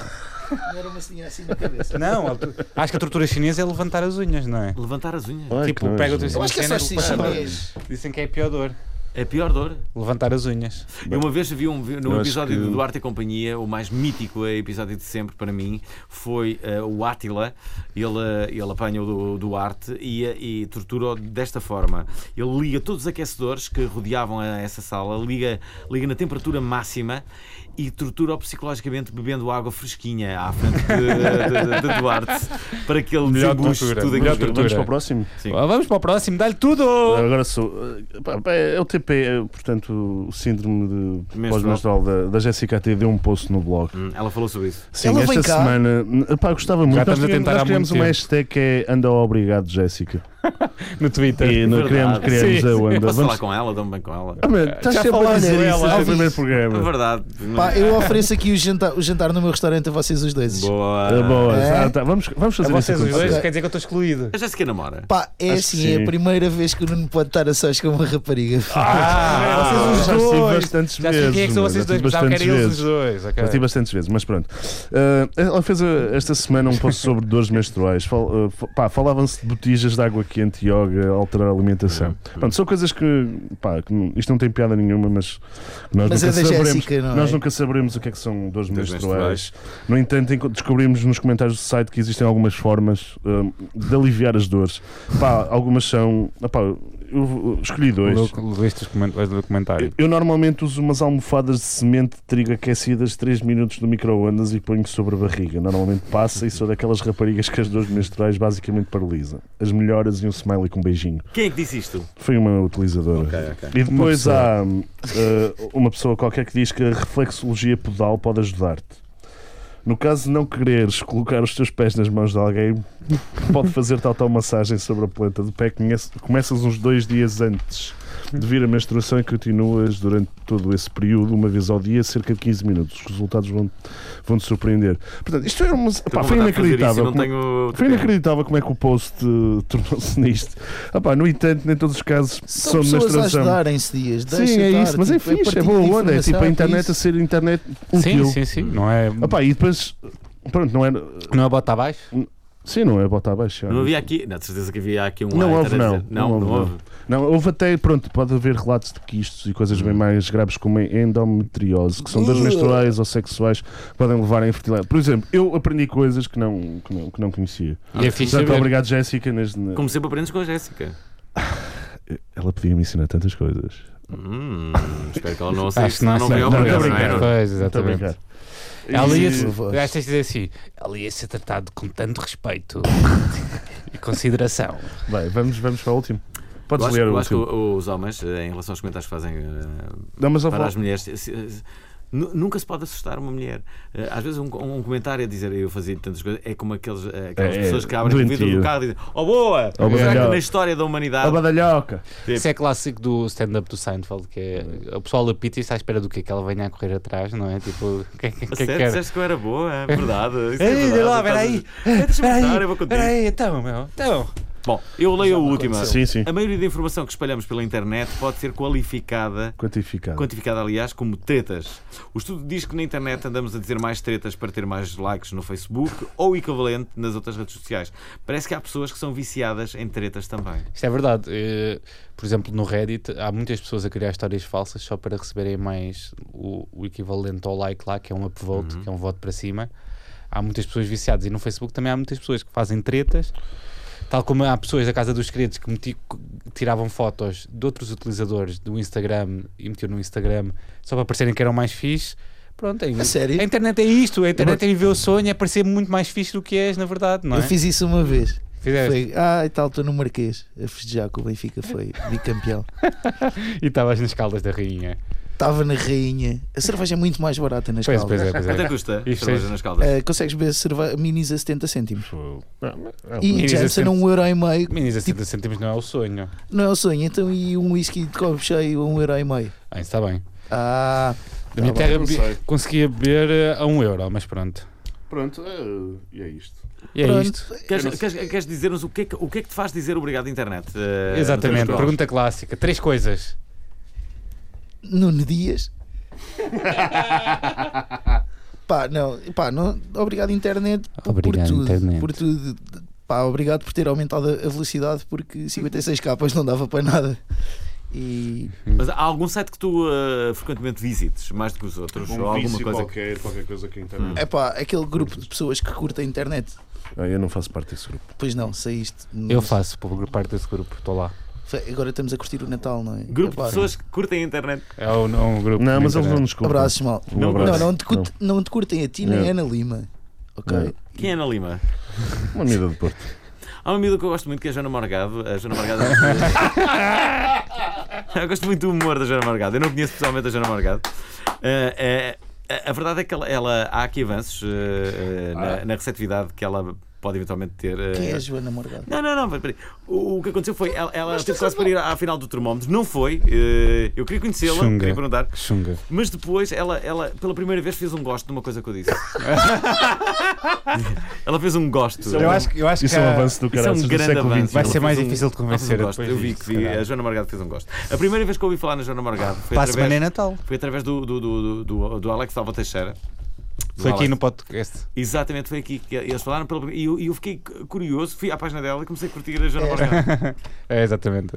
Speaker 3: não era uma senhora assim na cabeça.
Speaker 2: Não, a- acho que a tortura chinesa é levantar as unhas, não é?
Speaker 1: Levantar as unhas.
Speaker 4: Ai,
Speaker 2: tipo,
Speaker 4: que
Speaker 2: pega o
Speaker 4: nojo.
Speaker 2: teu-
Speaker 3: Eu acho que é só assim chinês.
Speaker 2: Dizem que é a pior dor.
Speaker 1: É a pior dor.
Speaker 2: Levantar as unhas.
Speaker 1: E uma vez vi um, vi- num
Speaker 4: Eu acho
Speaker 1: episódio
Speaker 4: que-
Speaker 1: de Duarte e Companhia, o mais mítico episódio de sempre para mim, foi eh, o Átila. Ele, eh, ele apanha o Du- Duarte e, eh, e tortura-o desta forma. Ele liga todos os aquecedores que rodeavam a- essa sala, liga, liga na temperatura máxima e tortura-o psicologicamente bebendo água fresquinha à frente de, de- de- de Duarte para que ele
Speaker 2: Melhor
Speaker 1: desembuche
Speaker 2: tortura,
Speaker 1: tudo
Speaker 2: melhor
Speaker 1: aquilo. que-
Speaker 2: tortura.
Speaker 4: Vamos para o próximo.
Speaker 1: Sim.
Speaker 2: Ah, Vamos para o próximo, dá-lhe tudo!
Speaker 4: Agora sou. eh, pá, pá, É o TP, é, portanto, o síndrome de
Speaker 1: Menstrual.
Speaker 4: pós-menstrual da, da Jéssica até deu um post no blog.
Speaker 1: Hum, Ela falou sobre isso.
Speaker 4: Sim,
Speaker 3: Ela
Speaker 4: esta
Speaker 3: vem cá?
Speaker 4: semana. eh, Pá, gostava muito.
Speaker 2: estamos
Speaker 4: Nós
Speaker 2: a
Speaker 4: criamos,
Speaker 2: tentar
Speaker 4: nós
Speaker 2: há
Speaker 4: criamos
Speaker 2: muito
Speaker 4: uma
Speaker 2: tempo.
Speaker 4: hashtag que é Anda Obrigado, Jéssica.
Speaker 2: No Twitter.
Speaker 4: E não criamos,
Speaker 1: verdade.
Speaker 4: criamos
Speaker 2: Sim,
Speaker 4: a
Speaker 2: sim.
Speaker 4: Wanda.
Speaker 1: Posso falar
Speaker 4: Vamos...
Speaker 1: com ela? Dou-me bem com
Speaker 4: [LAUGHS]
Speaker 1: ela.
Speaker 4: Ah, mano, estás
Speaker 2: Já
Speaker 4: sempre a
Speaker 2: falaste
Speaker 4: dizer
Speaker 2: com
Speaker 4: isso
Speaker 2: ela.
Speaker 4: desde o primeiro
Speaker 2: É
Speaker 4: programa.
Speaker 1: Verdade.
Speaker 3: Pá, eu ofereço aqui o jantar, o jantar no meu restaurante a vocês os dois.
Speaker 1: Boa.
Speaker 4: Ah, boa,
Speaker 3: É?
Speaker 4: ah, tá, vamos, vamos
Speaker 2: A
Speaker 4: fazer isso.
Speaker 2: vocês os
Speaker 4: acontecer.
Speaker 2: dois,
Speaker 3: Ok.
Speaker 2: quer dizer que eu estou excluído.
Speaker 1: A Jéssica namora.
Speaker 3: Pá, é
Speaker 4: Acho
Speaker 3: assim,
Speaker 4: que
Speaker 3: é
Speaker 4: sim. Ah,
Speaker 3: a primeira vez que o Nuno pode estar a sós com uma rapariga.
Speaker 2: Ah,
Speaker 4: já
Speaker 2: vocês os
Speaker 4: estive
Speaker 2: dois.
Speaker 4: bastantes
Speaker 2: Já
Speaker 4: vezes.
Speaker 2: sei quem é que são
Speaker 4: mano,
Speaker 2: vocês
Speaker 4: já
Speaker 2: dois,
Speaker 4: estive
Speaker 2: pensava que era
Speaker 4: bastantes
Speaker 2: eles
Speaker 4: vezes.
Speaker 2: os dois. ok.
Speaker 4: Já tive bastantes vezes, mas pronto. Ah, ela fez ah, esta semana um post sobre dores menstruais. Fal- ah, fa- pá, Falavam-se de botijas de água quente, yoga, alterar a alimentação.
Speaker 1: Uhum.
Speaker 4: Pronto, são coisas que, pá, que não- isto não tem piada nenhuma, mas nós
Speaker 3: Mas é
Speaker 4: nunca
Speaker 3: da
Speaker 4: saberemos.
Speaker 3: Jéssica, não é?
Speaker 4: Nós nunca saberemos o que é que são dores
Speaker 1: Dores
Speaker 4: menstruais. No entanto, enco- descobrimos nos comentários do site que existem algumas formas ah, de aliviar as dores. Pá, algumas são. ah, pá, eu escolhi dois.
Speaker 2: Leste o
Speaker 4: Eu-
Speaker 2: comentário.
Speaker 4: Eu normalmente uso umas almofadas de semente de trigo aquecidas 3 minutos no micro-ondas e ponho sobre a barriga. Normalmente passa e sou daquelas raparigas que as dores menstruais basicamente paralisam. As melhoras e um smiley com um beijinho.
Speaker 1: Quem é que disse isto?
Speaker 4: Foi uma utilizadora. E depois há hum, uh, uma pessoa qualquer que diz que a reflexologia pedal pode ajudar-te. No caso de não quereres colocar os teus pés nas mãos de alguém, pode fazer-te automassagem sobre a planta do pé. Conhece- Começas uns dois dias antes. de vir a menstruação e continuas durante todo esse período, uma vez ao dia, cerca de 15 minutos. Os resultados vão, vão te surpreender. Portanto, isto é uma,
Speaker 1: Estou
Speaker 4: pá,
Speaker 1: com
Speaker 4: foi
Speaker 1: vontade de fazer isso e
Speaker 4: inacreditável.
Speaker 1: Não
Speaker 4: Como-
Speaker 1: tenho...
Speaker 4: Foi inacreditável como é que o post eh, [LAUGHS] tornou-se nisto. Ah pá, no entanto, nem todos os casos
Speaker 3: São
Speaker 4: são de
Speaker 3: pessoas a
Speaker 4: menstruação.
Speaker 3: ajudarem-se dias. tipo,
Speaker 4: Sim, é isso, mas é fixe, é boa onda. É tipo a internet a ser internet
Speaker 2: Sim,
Speaker 4: útil.
Speaker 2: sim, sim. Não é,
Speaker 4: Ah pá, e depois, pronto, não é.
Speaker 2: não é bota abaixo?
Speaker 4: Sim, não é botar abaixo. já.
Speaker 1: Não havia aqui. Não, de certeza que havia aqui um. hater
Speaker 4: Não
Speaker 1: a
Speaker 4: houve, não.
Speaker 1: dizer- Não,
Speaker 4: Não
Speaker 1: não
Speaker 4: houve,
Speaker 1: houve.
Speaker 4: Não, houve até, pronto, pode haver relatos de quistos e coisas
Speaker 1: Hum.
Speaker 4: bem mais graves como a endometriose, que são dores
Speaker 3: Uh.
Speaker 4: menstruais ou sexuais que podem levar à infertilidade. Por exemplo, eu aprendi coisas que não, que não, que não conhecia.
Speaker 2: E
Speaker 1: Ah,
Speaker 2: é fixe
Speaker 4: Portanto,
Speaker 2: saber.
Speaker 4: obrigado, Jéssica. nas- na-
Speaker 1: Como sempre aprendes com a Jéssica.
Speaker 4: Ela podia-me ensinar tantas coisas.
Speaker 1: Hum, espero que ela não assista.
Speaker 2: Acho que não,
Speaker 1: senão não vem ao
Speaker 4: não, não,
Speaker 1: programa,
Speaker 4: não,
Speaker 1: não é?
Speaker 4: não.
Speaker 2: Pois,
Speaker 4: Muito
Speaker 2: exatamente.
Speaker 4: obrigado.
Speaker 2: Ela
Speaker 4: E-
Speaker 2: ia,
Speaker 3: Sim, voz.
Speaker 2: gasta dizer assim, ela ia ser tratada com tanto respeito e consideração.
Speaker 4: Bem, vamos, vamos para o último. Podes
Speaker 1: Eu acho,
Speaker 4: ler
Speaker 1: eu
Speaker 4: o
Speaker 1: acho que
Speaker 4: último.
Speaker 1: o- os homens, eh, em relação aos comentários que fazem eh,
Speaker 4: Não, mas ao
Speaker 1: para
Speaker 4: falar-
Speaker 1: as mulheres. se- se- nu- Nunca se pode assustar uma mulher. Eh, Às vezes, um, um comentário a dizer eu fazia tantas coisas é como aqueles, eh, aquelas
Speaker 4: É, é,
Speaker 1: pessoas que abrem o vidro
Speaker 4: doentio.
Speaker 1: do carro e dizem: Oh, boa!
Speaker 4: Oh,
Speaker 1: será que
Speaker 4: badalhoca.
Speaker 1: na história da
Speaker 4: A
Speaker 2: Oh,
Speaker 1: humanidade.
Speaker 4: badalhoca.
Speaker 2: Isso é clássico do stand-up do Seinfeld, que é o pessoal apita e está à espera do quê? Que ela venha a correr atrás, não é? Tipo, quem quem-
Speaker 1: A
Speaker 2: quem
Speaker 1: sério,
Speaker 2: quer?
Speaker 1: disseste que eu era boa,
Speaker 2: [LAUGHS]
Speaker 1: é verdade. Isso é
Speaker 2: Ei,
Speaker 1: verdade,
Speaker 2: olha lá,
Speaker 1: estás a-
Speaker 2: peraí,
Speaker 1: Deixa-me
Speaker 2: peraí,
Speaker 1: estar, eu vou contigo.
Speaker 2: peraí, então, meu, então.
Speaker 1: Bom, eu leio a última.
Speaker 4: Sim, sim.
Speaker 1: A maioria da informação que espalhamos pela internet pode ser qualificada
Speaker 4: Quantificado.
Speaker 1: quantificada, aliás, como tretas. O estudo diz que na internet andamos a dizer mais tretas para ter mais likes no Facebook ou equivalente nas outras redes sociais. Parece que há pessoas que são viciadas em tretas também.
Speaker 2: Isto é verdade. Eh, por exemplo, no Reddit há muitas pessoas a criar histórias falsas só para receberem mais o, o equivalente ao like lá, que é um upvote,
Speaker 3: Uhum.
Speaker 2: que é um voto para cima. Há muitas pessoas viciadas e no Facebook também há muitas pessoas que fazem tretas, tal como há pessoas da Casa dos Segredos que meti- que tiravam fotos de outros utilizadores do Instagram e metiam no Instagram só para parecerem que eram mais fixe. Pronto, é-
Speaker 3: A sério?
Speaker 2: a internet é isto, a internet é viver o sonho, é parecer muito mais fixe do que és, na verdade, não é?
Speaker 3: Eu fiz isso uma vez.
Speaker 4: É
Speaker 2: Fizeste?
Speaker 3: Foi, ah, e tal, estou no Marquês a festejar que o Benfica foi bicampeão.
Speaker 2: E estavas nas caldas da rainha.
Speaker 3: Estava na rainha. A cerveja é muito mais barata nas
Speaker 2: Pois,
Speaker 3: caldas.
Speaker 2: pois é, pois é.
Speaker 1: Até custa
Speaker 2: Isto
Speaker 1: cerveja
Speaker 2: é-
Speaker 1: nas caldas.
Speaker 3: Eh, consegues beber cerveja minis a 70 cêntimos.
Speaker 4: Fogo. Não, mas- não,
Speaker 3: E
Speaker 2: Minis a
Speaker 3: Jameson a
Speaker 2: 70.
Speaker 3: 1 euro e meio.
Speaker 2: Meninas, a 70 centimos não é o sonho.
Speaker 3: Não é o sonho, então e um whisky de copo cheio a 1 euro e meio.
Speaker 2: Ah, isso está bem.
Speaker 3: Ah,
Speaker 2: Da minha
Speaker 4: bem,
Speaker 2: terra
Speaker 4: é, não
Speaker 2: be-
Speaker 4: sei.
Speaker 2: conseguia beber eh, a 1 euro, mas pronto.
Speaker 4: Pronto, é- e é isto.
Speaker 2: E é
Speaker 3: Pronto.
Speaker 2: isto.
Speaker 1: Queres, queres- queres dizer-nos o que, é que, o que é que te faz dizer obrigado à internet? eh,
Speaker 2: Exatamente.
Speaker 1: António Cruz?
Speaker 2: Pergunta clássica. Três coisas. [LAUGHS]
Speaker 3: Nuno Dias. pá, não, pá, não, obrigado internet por,
Speaker 2: Obrigado,
Speaker 3: por tudo,
Speaker 2: internet.
Speaker 3: por tudo. Pá, obrigado por ter aumentado a a velocidade porque 56 capas não dava para nada. E
Speaker 1: Mas há algum site que tu eh, frequentemente visites, mais do que os outros? ou alguma coisa que-
Speaker 4: Um qualquer, qualquer coisa que a internet.
Speaker 3: é pá, aquele grupo de pessoas que curta a internet.
Speaker 4: Ah, eu não faço parte desse grupo.
Speaker 3: Pois não, saíste.
Speaker 2: Eu faço por parte desse grupo. Estou lá.
Speaker 3: Fe- Agora estamos a curtir o Natal, não é?
Speaker 1: Grupo
Speaker 3: Epá,
Speaker 1: de pessoas que curtem a internet.
Speaker 2: É um, é um grupo.
Speaker 4: Não,
Speaker 2: de
Speaker 4: mas eles não
Speaker 2: internet.
Speaker 4: nos culpam.
Speaker 3: Abraços, mal.
Speaker 4: Um
Speaker 3: Não,
Speaker 4: abraço.
Speaker 3: não, te curte- não te curtem a ti nem a Ana Lima. Ok?
Speaker 4: Não.
Speaker 1: Quem é Ana Lima?
Speaker 4: Uma amiga do Porto.
Speaker 1: Há uma amiga que eu gosto muito que é a Joana Morgado. A Joana Morgado. é [LAUGHS] eu gosto muito do humor da Joana Morgado. Eu não conheço pessoalmente a Joana Morgado. Eh, eh, a- a verdade é que ela, ela- há aqui avanços eh, eh,
Speaker 4: Ah.
Speaker 1: na, na receptividade que ela pode eventualmente ter. eh,
Speaker 3: Quem é a Joana Morgado?
Speaker 1: Não, não, não, peraí. O, o que aconteceu foi ela, ela teve quase para ir à, à final do termómetro, não foi. eh, eu queria conhecê-la,
Speaker 2: Xunga.
Speaker 1: queria perguntar.
Speaker 2: Xunga.
Speaker 1: Mas depois ela, ela, pela primeira vez, fez um gosto de uma coisa que eu
Speaker 4: [LAUGHS]
Speaker 1: disse. ela fez um gosto.
Speaker 4: é Eu um- acho-
Speaker 2: eu acho
Speaker 4: Isso é um avanço do
Speaker 1: Isso é
Speaker 4: caralho
Speaker 1: um
Speaker 4: do
Speaker 1: grande
Speaker 4: século
Speaker 1: avanço.
Speaker 4: XXI.
Speaker 2: Vai ser
Speaker 1: Ela
Speaker 2: mais
Speaker 1: fez um-
Speaker 2: difícil
Speaker 1: ela
Speaker 2: de
Speaker 1: fez um
Speaker 2: convencer
Speaker 1: gosto.
Speaker 2: depois
Speaker 1: Eu vi
Speaker 2: disso,
Speaker 1: que vi-
Speaker 2: caralho.
Speaker 1: a Joana Margado fez um gosto. A primeira vez que eu ouvi falar na Joana Margado foi
Speaker 2: Para a semana é
Speaker 1: através,
Speaker 2: Natal.
Speaker 1: foi através do, do, do, do, do Alex Alva Teixeira. Do
Speaker 2: Foi aqui
Speaker 1: Alex.
Speaker 2: no podcast.
Speaker 1: Exatamente, foi aqui que eles falaram pela primeira- e eu, e eu fiquei curioso, fui à página dela e comecei a curtir a Joana
Speaker 2: [LAUGHS]
Speaker 1: Margado.
Speaker 2: É, exatamente.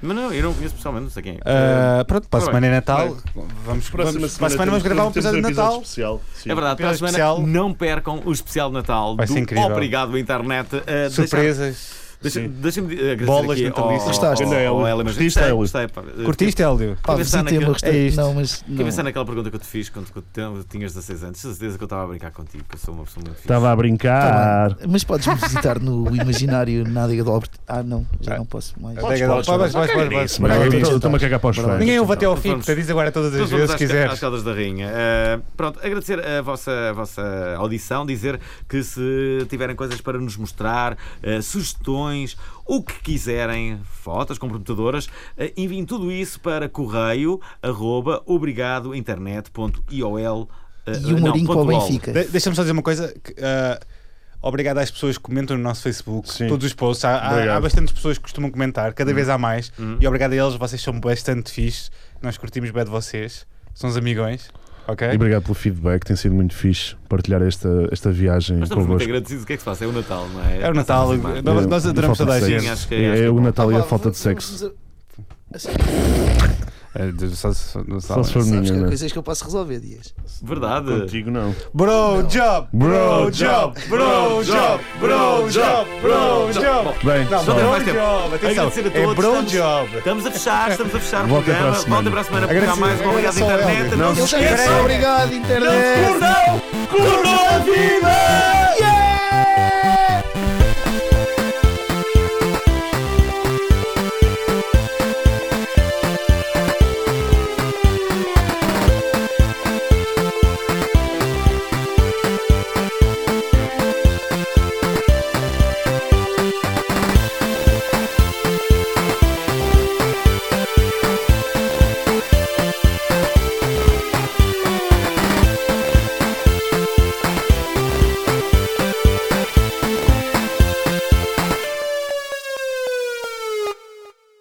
Speaker 1: Mas não, eu não conheço pessoalmente, não sei quem é.
Speaker 2: Ah, pronto, para a
Speaker 1: Tá
Speaker 2: semana é Natal.
Speaker 4: Bem.
Speaker 2: Vamos, vamos, para a semana vamos gravar um episódio de Natal.
Speaker 4: Especial,
Speaker 1: É verdade, para a
Speaker 2: Episódio
Speaker 1: semana
Speaker 2: especial.
Speaker 1: não percam o especial de Natal
Speaker 2: Vai
Speaker 1: do
Speaker 2: ser incrível.
Speaker 1: Obrigado Internet. Uh,
Speaker 2: Surpresas.
Speaker 1: Deixa-
Speaker 4: Sim.
Speaker 1: Deixa-me eh, agradecer
Speaker 2: Bolas
Speaker 1: aqui
Speaker 2: natalícias.
Speaker 1: ao-
Speaker 3: Gostaste?
Speaker 1: ao-
Speaker 4: Ganda
Speaker 1: ao
Speaker 4: Hélio.
Speaker 1: Hélio, mas
Speaker 4: Curtiste,
Speaker 1: gostei,
Speaker 4: Hélio?
Speaker 1: gostei, pá. Eh,
Speaker 2: Curtiste, Hélio?
Speaker 3: Pá,
Speaker 1: Quem pensar
Speaker 3: visitei
Speaker 1: naquele-
Speaker 3: uma
Speaker 2: é isto.
Speaker 3: Não, mas.
Speaker 1: Quer
Speaker 3: Não.
Speaker 1: pensar naquela pergunta que eu te fiz quando tu te- tinhas 16 anos? Com certeza que eu estava a brincar contigo, que eu sou uma pessoa muito fixe.
Speaker 4: Estava a
Speaker 3: Tá
Speaker 4: brincar.
Speaker 3: bem, mas podes-me visitar no imaginário Nádega do Albert. Ah, não, já não posso mais.
Speaker 4: Podes,
Speaker 2: Pode,
Speaker 4: podes,
Speaker 2: pode,
Speaker 4: podes.
Speaker 2: pode, pode,
Speaker 4: Isso,
Speaker 2: pode.
Speaker 4: mas eu
Speaker 3: Vai,
Speaker 4: estou-
Speaker 3: vai.
Speaker 4: Estou-me a cagar para os
Speaker 3: Vai.
Speaker 4: fãs.
Speaker 2: Ninguém ouve até ao
Speaker 1: Vamos-
Speaker 2: fim, portanto, diz agora todas as
Speaker 1: Então vamos
Speaker 2: vezes
Speaker 1: às,
Speaker 2: que quiseres.
Speaker 1: às Caldas da Rainha. Eh, pronto, agradecer a vossa, a vossa audição, dizer que se tiverem coisas para nos mostrar, eh, sugestões. cartões, o que quiserem, fotos comprometedoras, eh, enviem tudo isso para correio arroba obrigadointernet.iol eh,
Speaker 3: E o
Speaker 1: não,
Speaker 3: Mourinho para
Speaker 1: ponto
Speaker 3: o
Speaker 1: lol.
Speaker 3: Benfica.
Speaker 2: De- Deixa-me só dizer uma coisa. que, ah, obrigado às pessoas que comentam no nosso Facebook.
Speaker 4: Sim.
Speaker 2: Todos os posts. Há, há,
Speaker 4: Obrigado. Hum.
Speaker 2: há bastantes pessoas que costumam comentar, cada vez há mais. E obrigado a eles, vocês são bastante fixes. Nós curtimos bem de vocês. São os amigões. Ok?
Speaker 4: E obrigado pelo feedback, tem sido muito fixe partilhar esta, esta viagem
Speaker 1: Nós estamos muito
Speaker 4: convosco.
Speaker 1: agradecidos. O que é que se passa? É o Natal, não é?
Speaker 2: É o Natal.
Speaker 1: Passamos em
Speaker 2: Nós-
Speaker 1: março.
Speaker 2: nós
Speaker 4: É,
Speaker 2: adoramos
Speaker 4: falta
Speaker 2: toda a
Speaker 4: de
Speaker 1: gente.
Speaker 4: sexo.
Speaker 1: Acho que- acho
Speaker 4: É,
Speaker 1: que é
Speaker 4: o
Speaker 1: bom.
Speaker 4: Natal e
Speaker 3: Pá,
Speaker 4: a
Speaker 3: vá,
Speaker 4: falta de
Speaker 3: vamos-
Speaker 4: sexo.
Speaker 3: vamos a- Assim,
Speaker 2: É, só- só- só- só-
Speaker 4: Só se for
Speaker 3: sabes
Speaker 4: minha,
Speaker 3: que há
Speaker 4: né?
Speaker 3: coisas que eu posso resolver, Dias.
Speaker 1: Verdade.
Speaker 4: Contigo não.
Speaker 2: Bro job!
Speaker 4: Bro
Speaker 2: job! Bro job! Bro job! Bro job!
Speaker 4: Bem,
Speaker 2: Não,
Speaker 4: só-
Speaker 1: tem
Speaker 2: bro
Speaker 1: mais tempo.
Speaker 2: job! Atenção!
Speaker 1: Agradecer a
Speaker 2: É
Speaker 1: todos,
Speaker 2: bro
Speaker 1: estamos-
Speaker 2: job!
Speaker 1: Estamos a fechar, estamos a fechar o
Speaker 4: Voltem para a
Speaker 1: programa.
Speaker 4: semana.
Speaker 1: Voltem para a semana para
Speaker 2: Agradecer-
Speaker 1: mais um Obrigado
Speaker 2: agradecer ao
Speaker 1: Internet.
Speaker 2: Helder.
Speaker 1: Não se
Speaker 3: Eles
Speaker 1: esqueçam.
Speaker 3: obrigado, internet!
Speaker 1: Curtam! Curtam a vida!
Speaker 3: Yeah!